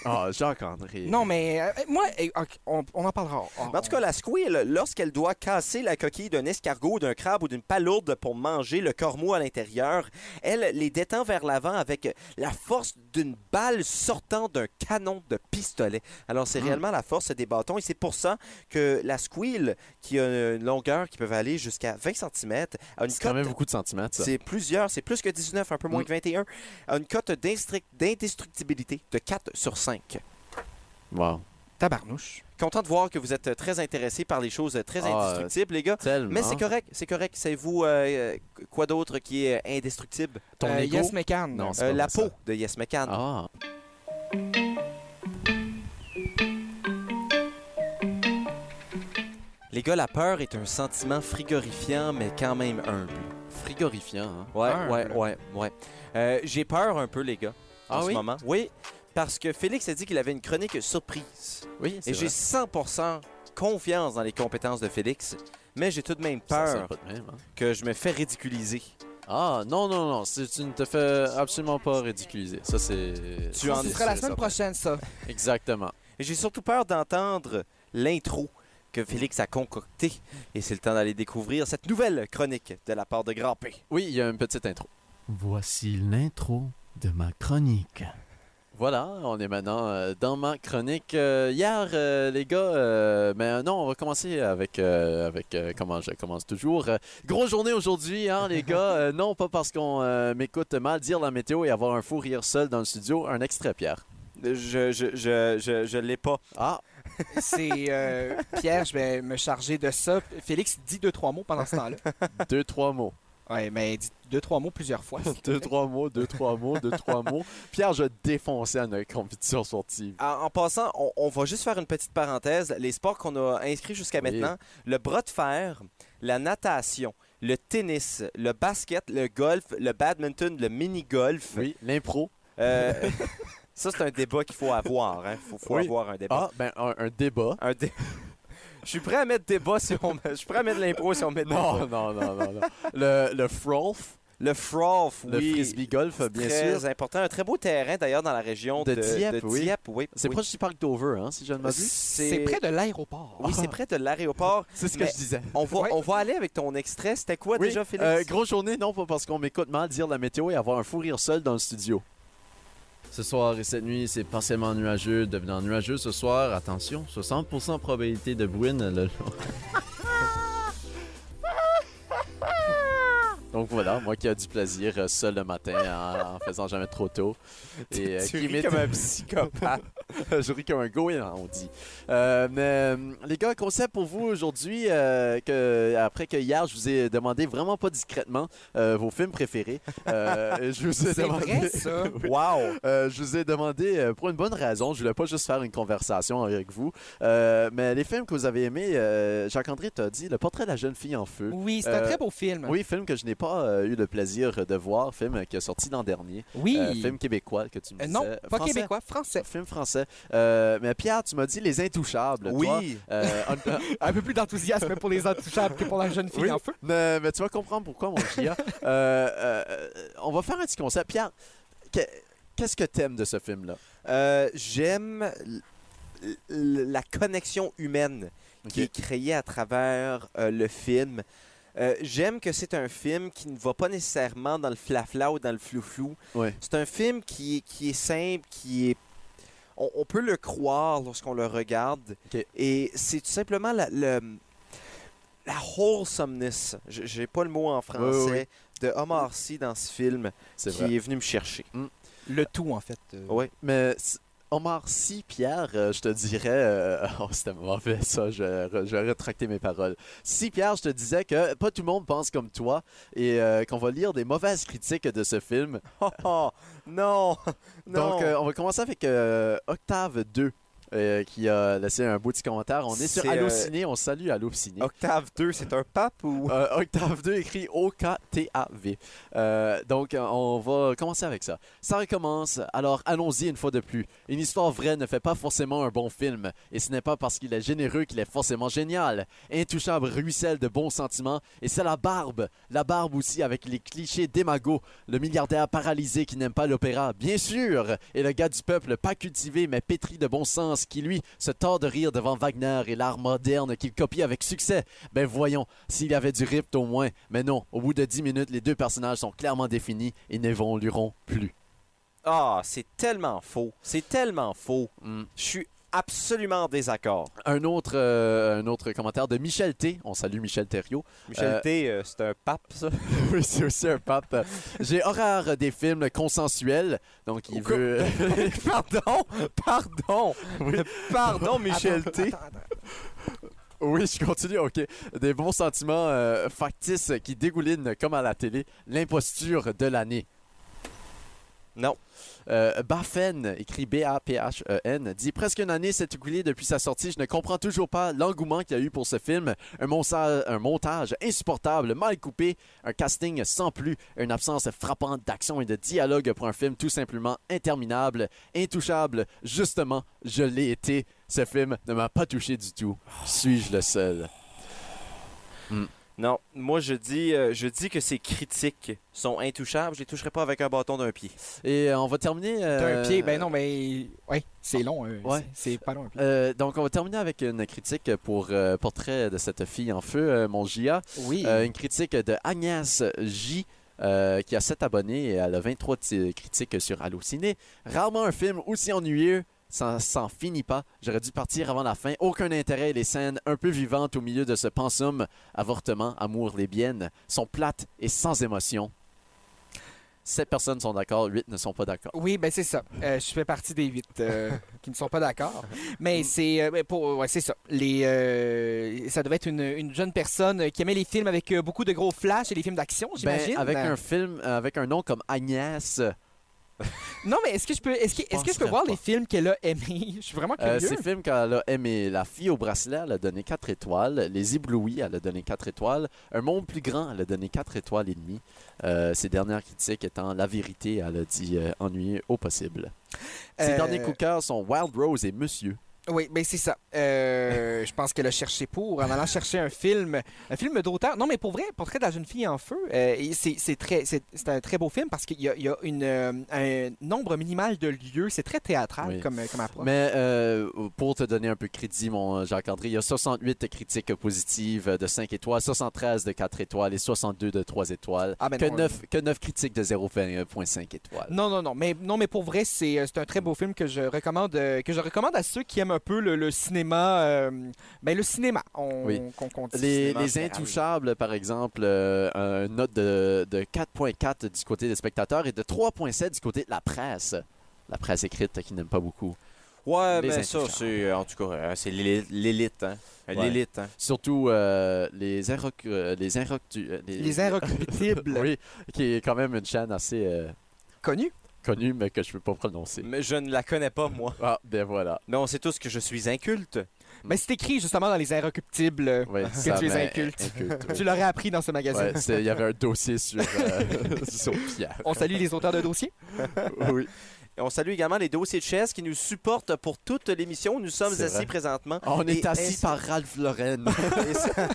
Speaker 4: Ah, Jacques-André.
Speaker 3: Non, mais. euh, moi, eh, ok, on, on en parlera. On-
Speaker 1: Mais en tout cas, la squeal, lorsqu'elle doit casser la coquille d'un escargot, d'un crabe ou d'une palourde pour manger le cormou à l'intérieur, elle les détend vers l'avant avec la force d'une balle sortant d'un canon de pistolet. Alors,
Speaker 4: Hmm.
Speaker 1: c'est réellement la force des bâtons et c'est pour ça que la squeal, qui a une longueur qui peut aller jusqu'à 20 cm, a une
Speaker 4: C'est quand
Speaker 1: cote-
Speaker 4: même beaucoup de centimètres, ça.
Speaker 1: C'est plusieurs, c'est plus que 19, un peu moins
Speaker 4: Mm.
Speaker 1: que 21, a une cote d'instri- d'indestructibilité de 4 sur 5.
Speaker 4: Wow.
Speaker 3: Oh, Tabarnouche.
Speaker 1: Content de voir que vous êtes très intéressé par les choses très
Speaker 4: Ah, euh,
Speaker 1: indestructibles, les gars.
Speaker 4: Tellement.
Speaker 1: Mais c'est correct, c'est correct. Savez-vous euh, euh, quoi d'autre qui est indestructible?
Speaker 4: Ton
Speaker 3: Euh,
Speaker 4: égo?
Speaker 3: Yes Mécan.
Speaker 4: Non, c'est
Speaker 1: Euh,
Speaker 4: pas
Speaker 1: la
Speaker 4: vrai,
Speaker 1: peau
Speaker 4: ça.
Speaker 1: de Yes McCann.
Speaker 4: Ah.
Speaker 1: Les gars, la peur est un sentiment frigorifiant, mais quand même humble.
Speaker 4: Frigorifiant, hein.
Speaker 1: Ouais,
Speaker 3: Humble.
Speaker 1: ouais, ouais, ouais. Euh, J'ai peur un peu, les gars, en
Speaker 4: Ah
Speaker 1: ce
Speaker 4: oui?
Speaker 1: moment. Oui, parce que Félix a dit qu'il avait une chronique surprise.
Speaker 4: Oui, c'est
Speaker 1: Et j'ai
Speaker 4: vrai.
Speaker 1: 100% confiance dans les compétences de Félix, mais j'ai tout de même
Speaker 4: Ça sonne
Speaker 1: peur
Speaker 4: pas de même, hein.
Speaker 1: que je me fais ridiculiser.
Speaker 4: Ah, non, non, non. c'est- Tu ne te fais absolument pas ridiculiser. Ça, c'est.
Speaker 1: Tu
Speaker 4: ça,
Speaker 1: en-
Speaker 4: c'est
Speaker 3: Ce sera la
Speaker 4: sûr et
Speaker 3: semaine
Speaker 4: certain.
Speaker 3: prochaine, ça.
Speaker 4: Exactement.
Speaker 1: Et J'ai surtout peur d'entendre l'intro que Félix a concoctée. Et c'est le temps d'aller découvrir cette nouvelle chronique de la part de Grand P.
Speaker 4: Oui, il y a une petite intro.
Speaker 8: Voici l'intro de ma chronique.
Speaker 4: Voilà, on est maintenant euh, dans ma chronique. Euh, hier, euh, les gars, euh, mais euh, non, on va commencer avec, euh, avec euh, comment je commence toujours. Euh, grosse journée aujourd'hui, hein, les gars. Euh, non, pas parce qu'on euh, m'écoute mal dire la météo et avoir un fou rire seul dans le studio. Un extrait, Pierre.
Speaker 1: Je, je, je, je, je l'ai pas.
Speaker 4: Ah,
Speaker 3: C'est euh, Pierre, je vais me charger de ça. Félix, dis deux, trois mots pendant ce temps-là.
Speaker 4: deux, trois mots.
Speaker 3: Oui, mais dis deux, trois mots plusieurs fois.
Speaker 4: Deux, trois mots, deux, trois mots, deux, trois mots. Pierre, je défonçais à notre compétition sportive.
Speaker 1: En, en passant, on, on va juste faire une petite parenthèse. Les sports qu'on a inscrits jusqu'à
Speaker 4: Oui.
Speaker 1: maintenant, le bras de fer, la natation, le tennis, le basket, le golf, le badminton, le mini-golf.
Speaker 4: Oui, l'impro.
Speaker 1: Euh, ça, c'est un débat qu'il faut avoir. Il faut, faut
Speaker 4: Oui.
Speaker 1: avoir un débat.
Speaker 4: Ah, ben, un, un débat.
Speaker 1: Un dé- Je suis prêt à mettre débat si on met- Je suis prêt à mettre l'impro si on met débat.
Speaker 4: Non, non, non, non. non. Le, le frolf,
Speaker 1: Le frolf,
Speaker 4: le
Speaker 1: oui.
Speaker 4: frisbee golf, bien
Speaker 1: très
Speaker 4: sûr.
Speaker 1: important. Un très beau terrain, d'ailleurs, dans la région
Speaker 4: De
Speaker 1: de,
Speaker 4: Dieppe, oui.
Speaker 1: oui.
Speaker 4: C'est
Speaker 1: oui.
Speaker 4: proche du parc Dover, hein, si je ne m'abuse.
Speaker 1: C'est Ah.
Speaker 3: C'est près de l'aéroport.
Speaker 1: Oui, c'est près de l'aéroport.
Speaker 4: C'est ce que
Speaker 1: Mais-
Speaker 4: je disais.
Speaker 1: On va,
Speaker 3: Ouais.
Speaker 1: on va aller avec ton extrait. C'était quoi
Speaker 4: Oui,
Speaker 1: déjà, Félix?
Speaker 4: euh, grosse journée, non, pas parce qu'on m'écoute mal dire la météo et avoir un fou rire seul dans le studio. Ce soir et cette nuit, c'est partiellement nuageux, devenant nuageux ce soir. Attention, 60% probabilité de bruine le Donc voilà, moi qui ai du plaisir euh, seul le matin en, en faisant jamais trop tôt. Et, euh,
Speaker 1: tu
Speaker 4: qui
Speaker 1: ris
Speaker 4: m'est-
Speaker 1: comme un psychopathe.
Speaker 4: je ris comme un goéland, on dit. Euh, mais, euh, les gars, concept pour vous aujourd'hui, euh, que, après que hier, je vous ai demandé vraiment pas discrètement euh, vos films préférés. Euh, je vous ai
Speaker 3: C'est
Speaker 4: demandé...
Speaker 3: vrai, ça?
Speaker 4: Oui.
Speaker 1: wow!
Speaker 4: Euh, je vous ai demandé euh, pour une bonne raison. Je voulais pas juste faire une conversation avec vous. Euh, mais les films que vous avez aimés, euh, Jacques-André t'a dit Le portrait de la jeune fille en feu.
Speaker 3: Oui, c'est un
Speaker 4: Euh,
Speaker 3: très beau film.
Speaker 4: Oui, film que je n'ai pas euh, eu le plaisir de voir, film qui est sorti l'an dernier.
Speaker 3: Oui.
Speaker 4: Euh, film québécois que tu me
Speaker 3: Euh,
Speaker 4: disais.
Speaker 3: non, pas
Speaker 4: Français.
Speaker 3: québécois, français.
Speaker 4: Film français. Euh, mais Pierre, tu m'as dit Les Intouchables. toi.
Speaker 1: Oui!
Speaker 4: Euh, un- un-
Speaker 3: Un peu plus d'enthousiasme pour les intouchables que pour la jeune fille
Speaker 4: Oui.
Speaker 3: en feu.
Speaker 4: mais, mais tu vas comprendre pourquoi, mon Pierre. Euh, euh, euh, on va faire un petit concept. Pierre, que- qu'est-ce que t'aimes de ce film-là?
Speaker 1: Euh, J'aime l- l- la connexion humaine qui
Speaker 4: Ok.
Speaker 1: est créée à travers euh, le film. Euh, J'aime que c'est un film qui ne va pas nécessairement dans le flafla ou dans le flou-flou.
Speaker 4: Ouais.
Speaker 1: C'est un film qui, est- qui est simple, qui est. On, on peut le croire lorsqu'on le regarde.
Speaker 4: Ok.
Speaker 1: Et c'est tout simplement la, le- la wholesomeness. J- J'ai pas le mot en français.
Speaker 4: oui.
Speaker 1: De Omar Sy dans ce film
Speaker 4: C'est
Speaker 1: qui
Speaker 4: vrai.
Speaker 1: est venu me chercher.
Speaker 3: Le tout, en fait.
Speaker 1: Oui.
Speaker 4: Mais s- Omar Sy, Pierre, euh, je te dirais. euh, oh, c'était mauvais ça, je, vais re- je vais rétracter mes paroles. Si, Pierre, je te disais que pas tout le monde pense comme toi et euh, qu'on va lire des mauvaises critiques de ce film.
Speaker 1: Oh, oh, non! non.
Speaker 4: Donc, euh, on va commencer avec euh, Octave 2. euh, qui a laissé un beau petit commentaire. On est, sur
Speaker 1: C'est, euh,
Speaker 4: Allociné, on salue Allociné.
Speaker 1: Octave 2, c'est un pape ou.
Speaker 4: Euh, Octave 2 écrit O-K-T-A-V. Euh, donc, euh, on va commencer avec ça. Ça recommence, alors allons-y une fois de plus. Une histoire vraie ne fait pas forcément un bon film, et ce n'est pas parce qu'il est généreux qu'il est forcément génial. Intouchable ruisselle de bons sentiments, et c'est la barbe. La barbe aussi avec les clichés démagos. Le milliardaire paralysé qui n'aime pas l'opéra, bien sûr, et le gars du peuple pas cultivé mais pétri de bon sens qui, lui, se tord de rire devant Wagner et l'art moderne qu'il copie avec succès. Ben voyons, s'il y avait du rift au moins. Mais non, au bout de 10 minutes, les deux personnages sont clairement définis et n'évolueront plus.
Speaker 1: Ah, c'est tellement faux. C'est tellement faux.
Speaker 4: Mm.
Speaker 1: Je suis absolument en désaccord.
Speaker 4: Un autre, euh, un autre commentaire de Michel T. On salue Michel Thériault.
Speaker 1: Michel
Speaker 4: Euh,
Speaker 1: T, euh, c'est un pape, ça.
Speaker 4: oui, c'est aussi un pape. J'ai horreur des films consensuels. Donc, il
Speaker 1: Au cas-
Speaker 4: veut...
Speaker 1: pardon! Pardon! Pardon, Michel T.
Speaker 4: Oui, je continue, ok. Des bons sentiments euh, factices qui dégoulinent comme à la télé. L'imposture de l'année.
Speaker 1: Non.
Speaker 4: Euh, Baffen, écrit B-A-P-H-E-N, E dit Presque une année s'est écoulée depuis sa sortie. Je ne comprends toujours pas l'engouement qu'il y a eu pour ce film. Un, monsa- un montage insupportable, mal coupé, un casting sans plus, une absence frappante d'action et de dialogue pour un film tout simplement interminable, intouchable. Justement, je l'ai été. Ce film ne m'a pas touché du tout. Suis-je le seul
Speaker 1: Non, moi, je dis, euh, je dis que ces critiques sont intouchables. Je les toucherai pas avec un bâton d'un pied.
Speaker 4: Et euh, on va terminer.
Speaker 3: D'un
Speaker 4: euh,
Speaker 3: pied, ben non, mais. Oui, c'est long. euh,
Speaker 4: Ouais.
Speaker 3: C'est c'est pas long. un pied.
Speaker 4: euh, donc, on va terminer avec une critique pour euh, Portrait de cette fille en feu, euh, mon Gia.
Speaker 3: Oui.
Speaker 4: Euh, une critique de Agnès J. euh, qui a 7 abonnés et elle a 23 ti- critiques sur Allociné. Rarement un film aussi ennuyeux. Ça s'en finit pas. J'aurais dû partir avant la fin. Aucun intérêt. Les scènes un peu vivantes au milieu de ce pensum, avortement, amour, lesbiennes, sont plates et sans émotion. Sept personnes sont d'accord, huit ne sont pas d'accord.
Speaker 3: Oui, ben c'est ça. Euh, je fais partie des huit euh, qui ne sont pas d'accord.
Speaker 4: Mm.
Speaker 3: Mais c'est euh, ben, pour ouais, c'est ça. Les euh, ça devait être une, une jeune personne qui aimait les films avec euh, beaucoup de gros flashs et les films d'action,
Speaker 4: Ben,
Speaker 3: j'imagine.
Speaker 4: avec un film, euh, avec un nom comme Agnès, euh,
Speaker 3: Non, mais est-ce que je peux est-ce que, est-ce que je peux
Speaker 4: penserais
Speaker 3: voir
Speaker 4: pas.
Speaker 3: les films qu'elle a aimés Je suis vraiment
Speaker 4: Euh,
Speaker 3: curieux.
Speaker 4: ces films qu'elle a aimé, La fille au bracelet, elle a donné 4 étoiles. Les éblouis, elle a donné 4 étoiles. Un monde plus grand, elle a donné 4 étoiles et demie. Euh, ses dernières critiques étant La vérité, elle a dit euh, ennuyeux au possible. Ses
Speaker 3: Euh,
Speaker 4: derniers coups de cœur sont Wild Rose et Monsieur.
Speaker 3: Oui, ben c'est ça. Euh, je pense qu'elle a cherché pour, en allant chercher un film, un film d'auteur. Non, mais pour vrai, Portrait de la jeune fille en feu, euh, et c'est c'est très, c'est c'est un très beau film parce qu'il y a, il y a une, euh, un nombre minimal de lieux. C'est très théâtral
Speaker 4: Oui.
Speaker 3: comme, comme approche.
Speaker 4: Mais euh, pour te donner un peu de crédit, mon euh, Jacques-André, il y a 68 critiques positives euh, de 5 étoiles, 73 de 4 étoiles et 62 de 3 étoiles.
Speaker 3: Ah, ben
Speaker 4: que,
Speaker 3: non,
Speaker 4: 9, que 9 critiques de 0,5 étoiles.
Speaker 3: Non, non, non. Mais, non, mais pour vrai, c'est euh, c'est un très beau film que je recommande, euh, que je recommande à ceux qui aiment un peu le, le cinéma. euh, ben, le cinéma, on,
Speaker 4: Oui.
Speaker 3: qu'on qu'on dit
Speaker 4: Les,
Speaker 3: cinéma en
Speaker 4: les
Speaker 3: général.
Speaker 4: intouchables, par exemple, euh, une note de, de 4.4 du côté des spectateurs et de 3.7 du côté de la presse. La presse écrite qui n'aime pas beaucoup.
Speaker 1: Ouais,
Speaker 4: Les
Speaker 1: mais ça,
Speaker 4: intouchables.
Speaker 1: c'est euh, en tout cas, euh, c'est l'élite, l'élite, hein. Euh,
Speaker 4: Ouais.
Speaker 1: L'élite, hein.
Speaker 4: Surtout euh, les Inroc... euh, les Inroc... du- euh, les-
Speaker 3: Les Inrecuptibles
Speaker 4: Oui, qui est quand même une chaîne assez euh,
Speaker 3: connus.
Speaker 4: connue, mais que je peux pas prononcer.
Speaker 1: Mais je ne la connais pas, moi.
Speaker 4: Ah, ben voilà.
Speaker 1: Mais on sait tous que je suis inculte.
Speaker 3: Mais ben, c'est écrit justement dans Les Inrecuptibles. euh,
Speaker 4: Ouais,
Speaker 3: Que
Speaker 4: ça,
Speaker 3: tu es
Speaker 4: mais-
Speaker 3: inculte.
Speaker 4: inculte, oui.
Speaker 3: Tu l'aurais appris dans ce magazine.
Speaker 4: Ouais, c'est- Il y avait un dossier sur euh, Sophia.
Speaker 3: On salue les auteurs de dossiers.
Speaker 4: Oui.
Speaker 1: Et on salue également les dossiers de chaise qui nous supportent pour toute l'émission. Nous sommes
Speaker 4: C'est
Speaker 1: assis
Speaker 4: vrai.
Speaker 1: présentement.
Speaker 4: On est
Speaker 1: Et
Speaker 4: assis
Speaker 1: ainsi-
Speaker 4: par Ralph Lauren.
Speaker 1: Et ça-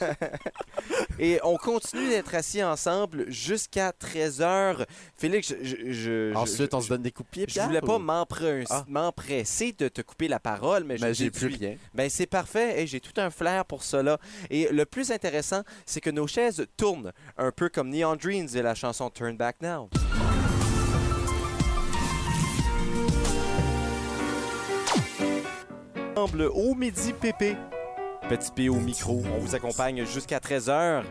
Speaker 1: Et on continue d'être assis ensemble jusqu'à 13h. Félix, je, je- je-
Speaker 4: Ensuite, on se donne des coups de pied.
Speaker 1: je
Speaker 4: Pierre,
Speaker 1: voulais pas
Speaker 4: ou-
Speaker 1: m'emprer-
Speaker 4: Ah.
Speaker 1: m'empresser de te couper la parole, mais,
Speaker 4: Mais
Speaker 1: je
Speaker 4: j'ai
Speaker 1: déduis-
Speaker 4: plus rien.
Speaker 3: Euh,
Speaker 1: Ben c'est parfait, et j'ai tout un flair pour cela. Et le plus intéressant, c'est que nos chaises tournent, un peu comme Neon Dreams et la chanson Turn Back Now. Ensemble au midi pépé. Petit P au micro, on vous accompagne jusqu'à 13h.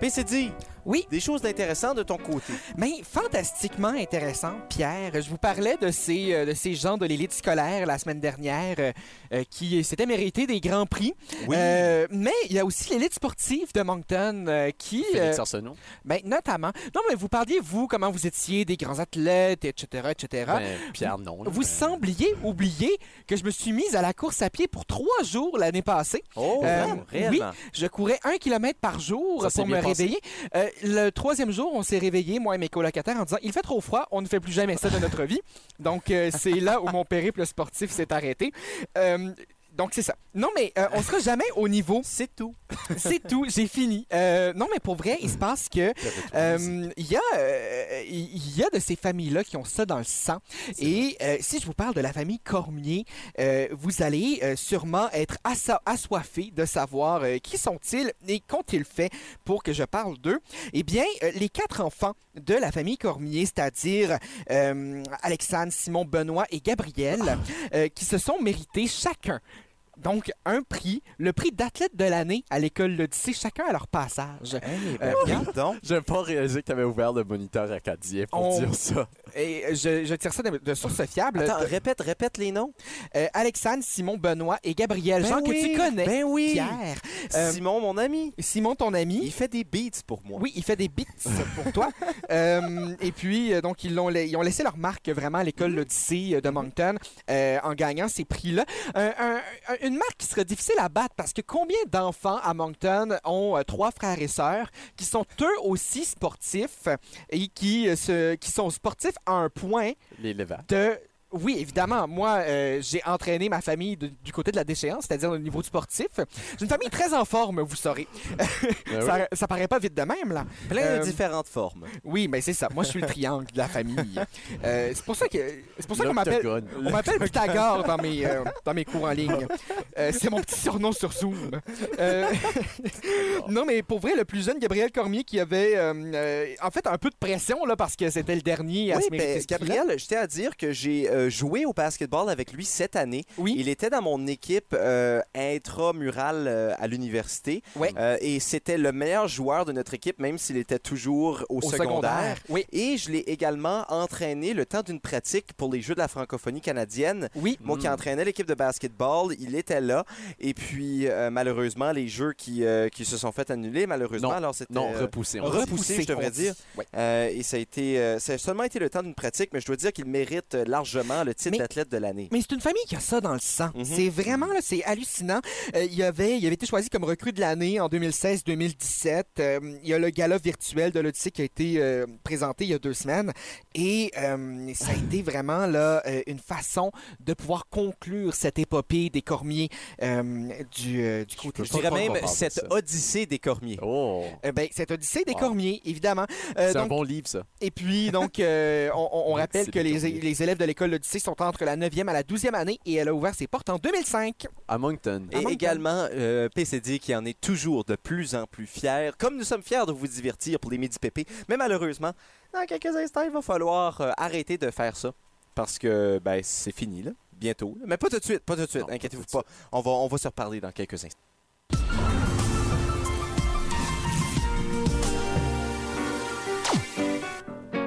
Speaker 1: PCD,
Speaker 3: Oui.
Speaker 1: des choses intéressantes de ton côté.
Speaker 3: Mais fantastiquement intéressant, Pierre. Je vous parlais de ces, euh, de ces gens de l'élite scolaire la semaine dernière euh, euh, qui s'étaient mérités des grands prix. Euh, mais il y a aussi l'élite sportive de Moncton euh, qui.
Speaker 4: Félix
Speaker 3: euh,
Speaker 4: Arsenault.
Speaker 3: ben, notamment. Non, mais vous parliez, vous, comment vous étiez des grands athlètes, etc., etc.
Speaker 4: Ben, Pierre, non. là,
Speaker 3: hein? vous
Speaker 4: mais-
Speaker 3: sembliez oublier que je me suis mise à la course à pied pour trois jours l'année passée.
Speaker 1: Oh,
Speaker 3: Euh,
Speaker 1: vraiment, réellement.
Speaker 3: Je courais un kilomètre par jour
Speaker 4: Ça s'est
Speaker 3: pour me
Speaker 4: bien passé.
Speaker 3: réveiller. Euh, le troisième jour, on s'est réveillé, moi et mes colocataires, en disant il fait trop froid, on ne fait plus jamais ça de notre vie. Donc euh, c'est là où mon périple sportif s'est arrêté. Euh, donc c'est ça. Non mais euh, on sera jamais au niveau.
Speaker 1: C'est tout.
Speaker 3: C'est tout. J'ai fini. Euh, non mais pour vrai, il se passe que euh, il y a euh, il y a de ces familles là qui ont ça dans le sang. Et euh, si je vous parle de la famille Cormier, euh, vous allez euh, sûrement être assa- assoiffé de savoir euh, qui sont-ils et qu'ont-ils fait pour que je parle d'eux. Eh bien, euh, les quatre enfants de la famille Cormier, c'est-à-dire euh, Alexandre, Simon, Benoît et Gabriel, euh, qui se sont mérités chacun. Donc, un prix, le prix d'athlète de l'année à l'école L'Odyssée, chacun à leur passage. Euh,
Speaker 1: Eh, ben, donc.
Speaker 4: J'avais pas réalisé que t'avais ouvert le moniteur acadien pour
Speaker 3: On-
Speaker 4: dire ça.
Speaker 3: et euh, je, je tire ça de, de sources fiables.
Speaker 1: Attends, répète, répète les noms.
Speaker 3: Euh, Alexandre, Simon, Benoît et Gabriel, gens que tu connais.
Speaker 1: Ben oui.
Speaker 3: Pierre. Euh,
Speaker 1: Simon, mon ami.
Speaker 3: Simon, ton ami.
Speaker 1: Il fait des beats pour moi.
Speaker 3: Oui, il fait des beats pour toi. Euh, et puis, euh, donc, ils, l'ont la- ils ont laissé leur marque vraiment à l'école l'Odyssée euh, de Moncton euh, en gagnant ces prix-là. Un- un- un- une marque qui serait difficile à battre parce que combien d'enfants à Moncton ont euh, trois frères et sœurs qui sont eux aussi sportifs et qui, euh, se- qui sont sportifs à un point
Speaker 4: Les Levant.
Speaker 3: de... oui, évidemment, moi, euh, j'ai entraîné ma famille de- du côté de la déchéance, c'est-à-dire au niveau du sportif. J'ai une famille très en forme, vous saurez.
Speaker 4: Ben
Speaker 3: ça, ça paraît pas vite de même, là.
Speaker 1: Plein de
Speaker 3: Euh,
Speaker 1: différentes formes.
Speaker 3: Oui, mais c'est ça. Moi, je suis le triangle de la famille. Euh, c'est pour ça que c'est pour ça qu'on m'appelle
Speaker 4: L'octogone.
Speaker 3: on m'appelle Pythagore dans mes euh, dans mes cours en ligne. Euh, c'est mon petit surnom sur Zoom. Euh, non, mais pour vrai, le plus jeune Gabriel Cormier qui avait euh, euh, en fait un peu de pression là parce que c'était le dernier à
Speaker 1: Oui,
Speaker 3: se
Speaker 1: ben,
Speaker 3: mériter ce prix-là.
Speaker 1: Gabriel, je tiens à dire que j'ai euh, joué au basketball avec lui cette année.
Speaker 3: Oui.
Speaker 1: Il était dans mon équipe euh, intramurale euh, à l'université.
Speaker 3: Ouais.
Speaker 1: Euh, et c'était le meilleur joueur de notre équipe, même s'il était toujours au,
Speaker 3: au secondaire. Oui,
Speaker 1: Et je l'ai également entraîné le temps d'une pratique pour les Jeux de la francophonie canadienne.
Speaker 3: oui.
Speaker 1: Moi qui entraînais l'équipe de basketball, il était là. Et puis, euh, malheureusement, les Jeux qui, euh, qui se sont fait annuler, malheureusement,
Speaker 4: Non.
Speaker 1: alors c'était...
Speaker 4: Non,
Speaker 1: euh,
Speaker 4: repoussé. on
Speaker 1: repoussé, je devrais
Speaker 3: on dit.
Speaker 1: dire.
Speaker 3: Ouais.
Speaker 1: Euh, et ça a, été, euh, ça a seulement été le temps d'une pratique, mais je dois dire qu'il mérite euh, largement le titre
Speaker 3: Mais-
Speaker 1: d'athlète de l'année.
Speaker 3: Mais c'est une famille qui a ça dans le sang.
Speaker 1: Mhm.
Speaker 3: C'est vraiment là, c'est hallucinant. Euh, il y avait, il avait été choisi comme recrue de l'année en 2016-2017. Euh, il y a le gala virtuel de l'Odyssée qui a été euh, présenté il y a deux semaines et euh, ça a été vraiment là euh, une façon de pouvoir conclure cette épopée des Cormiers euh, du, euh, du côté.
Speaker 1: Je dirais
Speaker 4: pas qu'on
Speaker 1: même
Speaker 4: parle de
Speaker 1: cette
Speaker 4: ça.
Speaker 1: odyssée des cormiers.
Speaker 4: Oh,
Speaker 3: Euh, ben, cette Odyssée des
Speaker 4: Wow.
Speaker 3: Cormiers, évidemment. Euh,
Speaker 4: c'est un
Speaker 3: donc,
Speaker 4: bon livre, ça.
Speaker 3: et puis, donc, euh, on, on- on rappelle
Speaker 4: C'est
Speaker 3: que les,
Speaker 4: détourné.
Speaker 3: les élèves de l'école L'Odyssée sont entre la 9e à la 12e année et elle a ouvert ses portes en 2005.
Speaker 4: À Moncton.
Speaker 1: Et
Speaker 3: Amanda.
Speaker 1: également, euh, PCD qui en est toujours de plus en plus fier. Comme nous sommes fiers de vous divertir pour les Midi Pépé, mais malheureusement, dans quelques instants, il va falloir euh, arrêter de faire ça. Parce que ben, c'est fini, là. bientôt. là. Mais pas tout de suite, pas tout de suite,
Speaker 4: Non, pas
Speaker 1: inquiétez-vous
Speaker 4: tout
Speaker 1: pas. On va, on va se reparler dans quelques instants.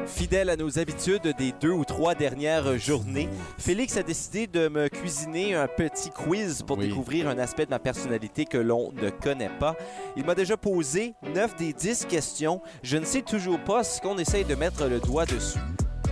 Speaker 1: Fidèle à nos habitudes des deux ou trois dernières journées, Félix a décidé de me cuisiner un petit quiz pour
Speaker 4: Oui.
Speaker 1: découvrir un aspect de ma personnalité que l'on ne connaît pas. Il m'a déjà posé 9 des 10 questions. Je ne sais toujours pas ce qu'on essaye de mettre le doigt dessus.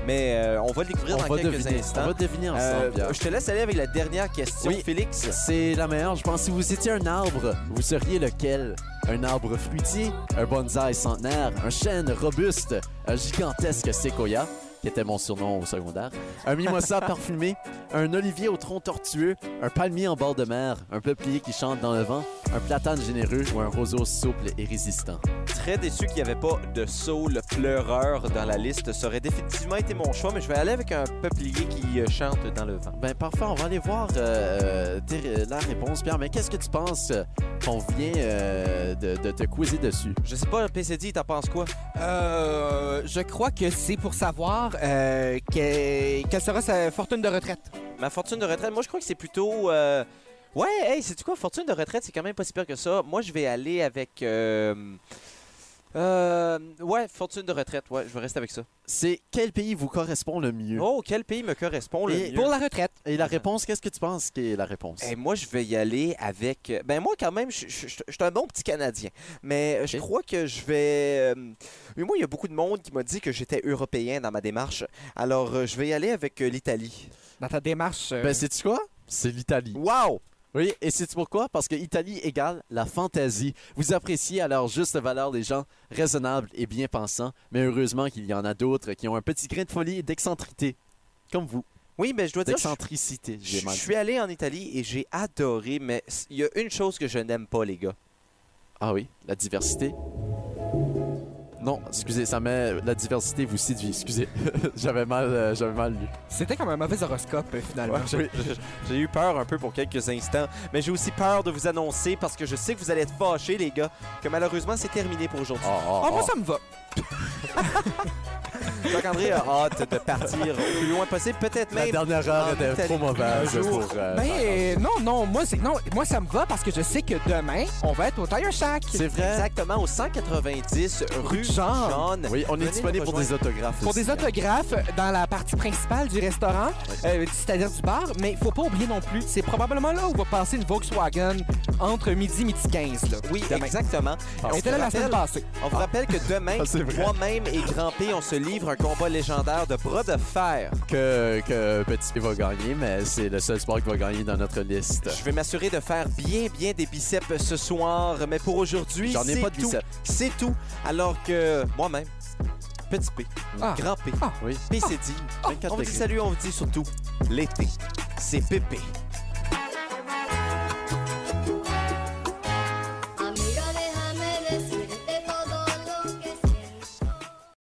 Speaker 1: Mais euh, on va le découvrir
Speaker 4: On
Speaker 1: dans
Speaker 4: va,
Speaker 1: quelques
Speaker 4: deviner,
Speaker 1: instants.
Speaker 4: on va deviner ensemble,
Speaker 1: Euh,
Speaker 4: Pierre.
Speaker 1: je te laisse aller avec la dernière question,
Speaker 4: Oui.
Speaker 1: Félix.
Speaker 4: C'est la meilleure. Je pense si vous étiez un arbre, vous seriez lequel Un arbre fruitier, un bonsaï centenaire, un chêne robuste, un gigantesque séquoia, qui était mon surnom au secondaire, un mimosa parfumé, un olivier au tronc tortueux, un palmier en bord de mer, un peuplier qui chante dans le vent, un platane généreux ou un roseau souple et résistant.
Speaker 1: Très déçu qu'il n'y avait pas de saule pleureur dans la liste. Ça aurait définitivement été mon choix, mais je vais aller avec un peuplier qui euh, chante dans le vent.
Speaker 4: Ben parfait, on va aller voir euh, euh, tes- la réponse, Pierre. Mais qu'est-ce que tu penses euh, qu'on vient euh, de, de te quizer dessus
Speaker 1: Je sais pas, PCD, t'en penses quoi?
Speaker 3: Euh, je crois que c'est pour savoir euh, que- quelle sera sa fortune de retraite.
Speaker 1: Ma fortune de retraite, moi je crois que c'est plutôt... euh, Ouais, hey, c'est quoi? Fortune de retraite, c'est quand même pas si pire que ça. Moi, je vais aller avec... euh, euh, Ouais, fortune de retraite, ouais, je vais rester avec ça.
Speaker 4: c'est quel pays vous correspond le mieux?
Speaker 1: Oh, quel pays me correspond le
Speaker 4: Et
Speaker 1: mieux?
Speaker 3: Pour la retraite.
Speaker 4: Et la réponse, qu'est-ce que tu penses qui est la réponse?
Speaker 1: Eh, moi, je vais y aller avec. euh, Ben, moi, quand même, je je- je- je suis un bon petit Canadien. Mais euh, je
Speaker 4: Ok.
Speaker 1: crois que je vais. euh, mais Moi, il y a beaucoup de monde qui m'a dit que j'étais européen dans ma démarche. Alors, euh, je vais y aller avec euh, l'Italie.
Speaker 3: Dans ta démarche. euh,
Speaker 4: Ben, sais-tu quoi? C'est l'Italie.
Speaker 1: Wow!
Speaker 4: Oui, et sais-tu pourquoi? Parce que Italie égale la fantaisie. Vous appréciez à leur juste valeur les gens raisonnables et bien pensants, mais heureusement qu'il y en a d'autres qui ont un petit grain de folie et d'excentricité. Comme vous.
Speaker 1: Oui, mais je dois dire. je-
Speaker 4: D'excentricité,
Speaker 1: Je
Speaker 4: j'ai
Speaker 1: je
Speaker 4: mal dit.
Speaker 1: suis allé en Italie et j'ai adoré, mais s- il y a une chose que je n'aime pas, les gars.
Speaker 4: Ah oui, la diversité. Non, excusez, ça met la diversité vous séduit. Excusez, j'avais mal, euh, j'avais mal lu.
Speaker 3: C'était comme un mauvais horoscope, euh, finalement.
Speaker 1: Ouais, j'ai- j'ai- J'ai eu peur un peu pour quelques instants, mais j'ai aussi peur de vous annoncer parce que je sais que vous allez être fâchés, les gars, que malheureusement, c'est terminé pour aujourd'hui.
Speaker 4: Oh, oh,
Speaker 3: Oh, moi,
Speaker 4: oh.
Speaker 3: ça me va.
Speaker 1: Jacques-André a hâte de partir au plus loin possible, peut-être
Speaker 4: La
Speaker 1: même.
Speaker 4: dernière heure
Speaker 1: en
Speaker 4: était
Speaker 1: Italie.
Speaker 4: trop mauvaise
Speaker 1: Un jour.
Speaker 4: pour. euh,
Speaker 3: Ben, euh, non, non, moi, c'est, non, moi, ça me va parce que je sais que demain, on va être au Tire Shack.
Speaker 4: C'est vrai.
Speaker 1: Exactement, au 190 rue
Speaker 3: Jean.
Speaker 1: Jean.
Speaker 4: Oui, on
Speaker 1: Venez
Speaker 4: est
Speaker 1: nous
Speaker 4: disponible pour
Speaker 1: rejoindre.
Speaker 4: des autographes.
Speaker 3: Pour
Speaker 4: aussi.
Speaker 3: des autographes dans la partie principale du restaurant, euh, c'est-à-dire du bar, mais il faut pas oublier non plus, c'est probablement là où va passer une Volkswagen entre midi et midi 15. Là.
Speaker 1: Oui,
Speaker 3: Demain.
Speaker 1: exactement.
Speaker 3: On
Speaker 1: On
Speaker 3: était
Speaker 1: vous
Speaker 3: là la
Speaker 1: rappelle-
Speaker 3: semaine passée.
Speaker 1: On vous rappelle que demain,
Speaker 4: Ah, c'est vrai.
Speaker 1: moi-même et Grand P, on se livre un combat légendaire de bras de fer.
Speaker 4: que, que Petit P va gagner, mais c'est le seul sport qui va gagner dans notre liste.
Speaker 1: Je vais m'assurer de faire bien, bien des biceps ce soir, mais pour aujourd'hui,
Speaker 4: J'en ai
Speaker 1: c'est
Speaker 4: pas de
Speaker 1: tout.
Speaker 4: biceps.
Speaker 1: C'est tout. Alors que moi-même, Petit P.
Speaker 3: Ah.
Speaker 1: Grand P.
Speaker 3: Ah.
Speaker 4: Oui.
Speaker 1: PCD.
Speaker 4: Ah.
Speaker 1: On dit salut, on dit surtout l'été. C'est pépé.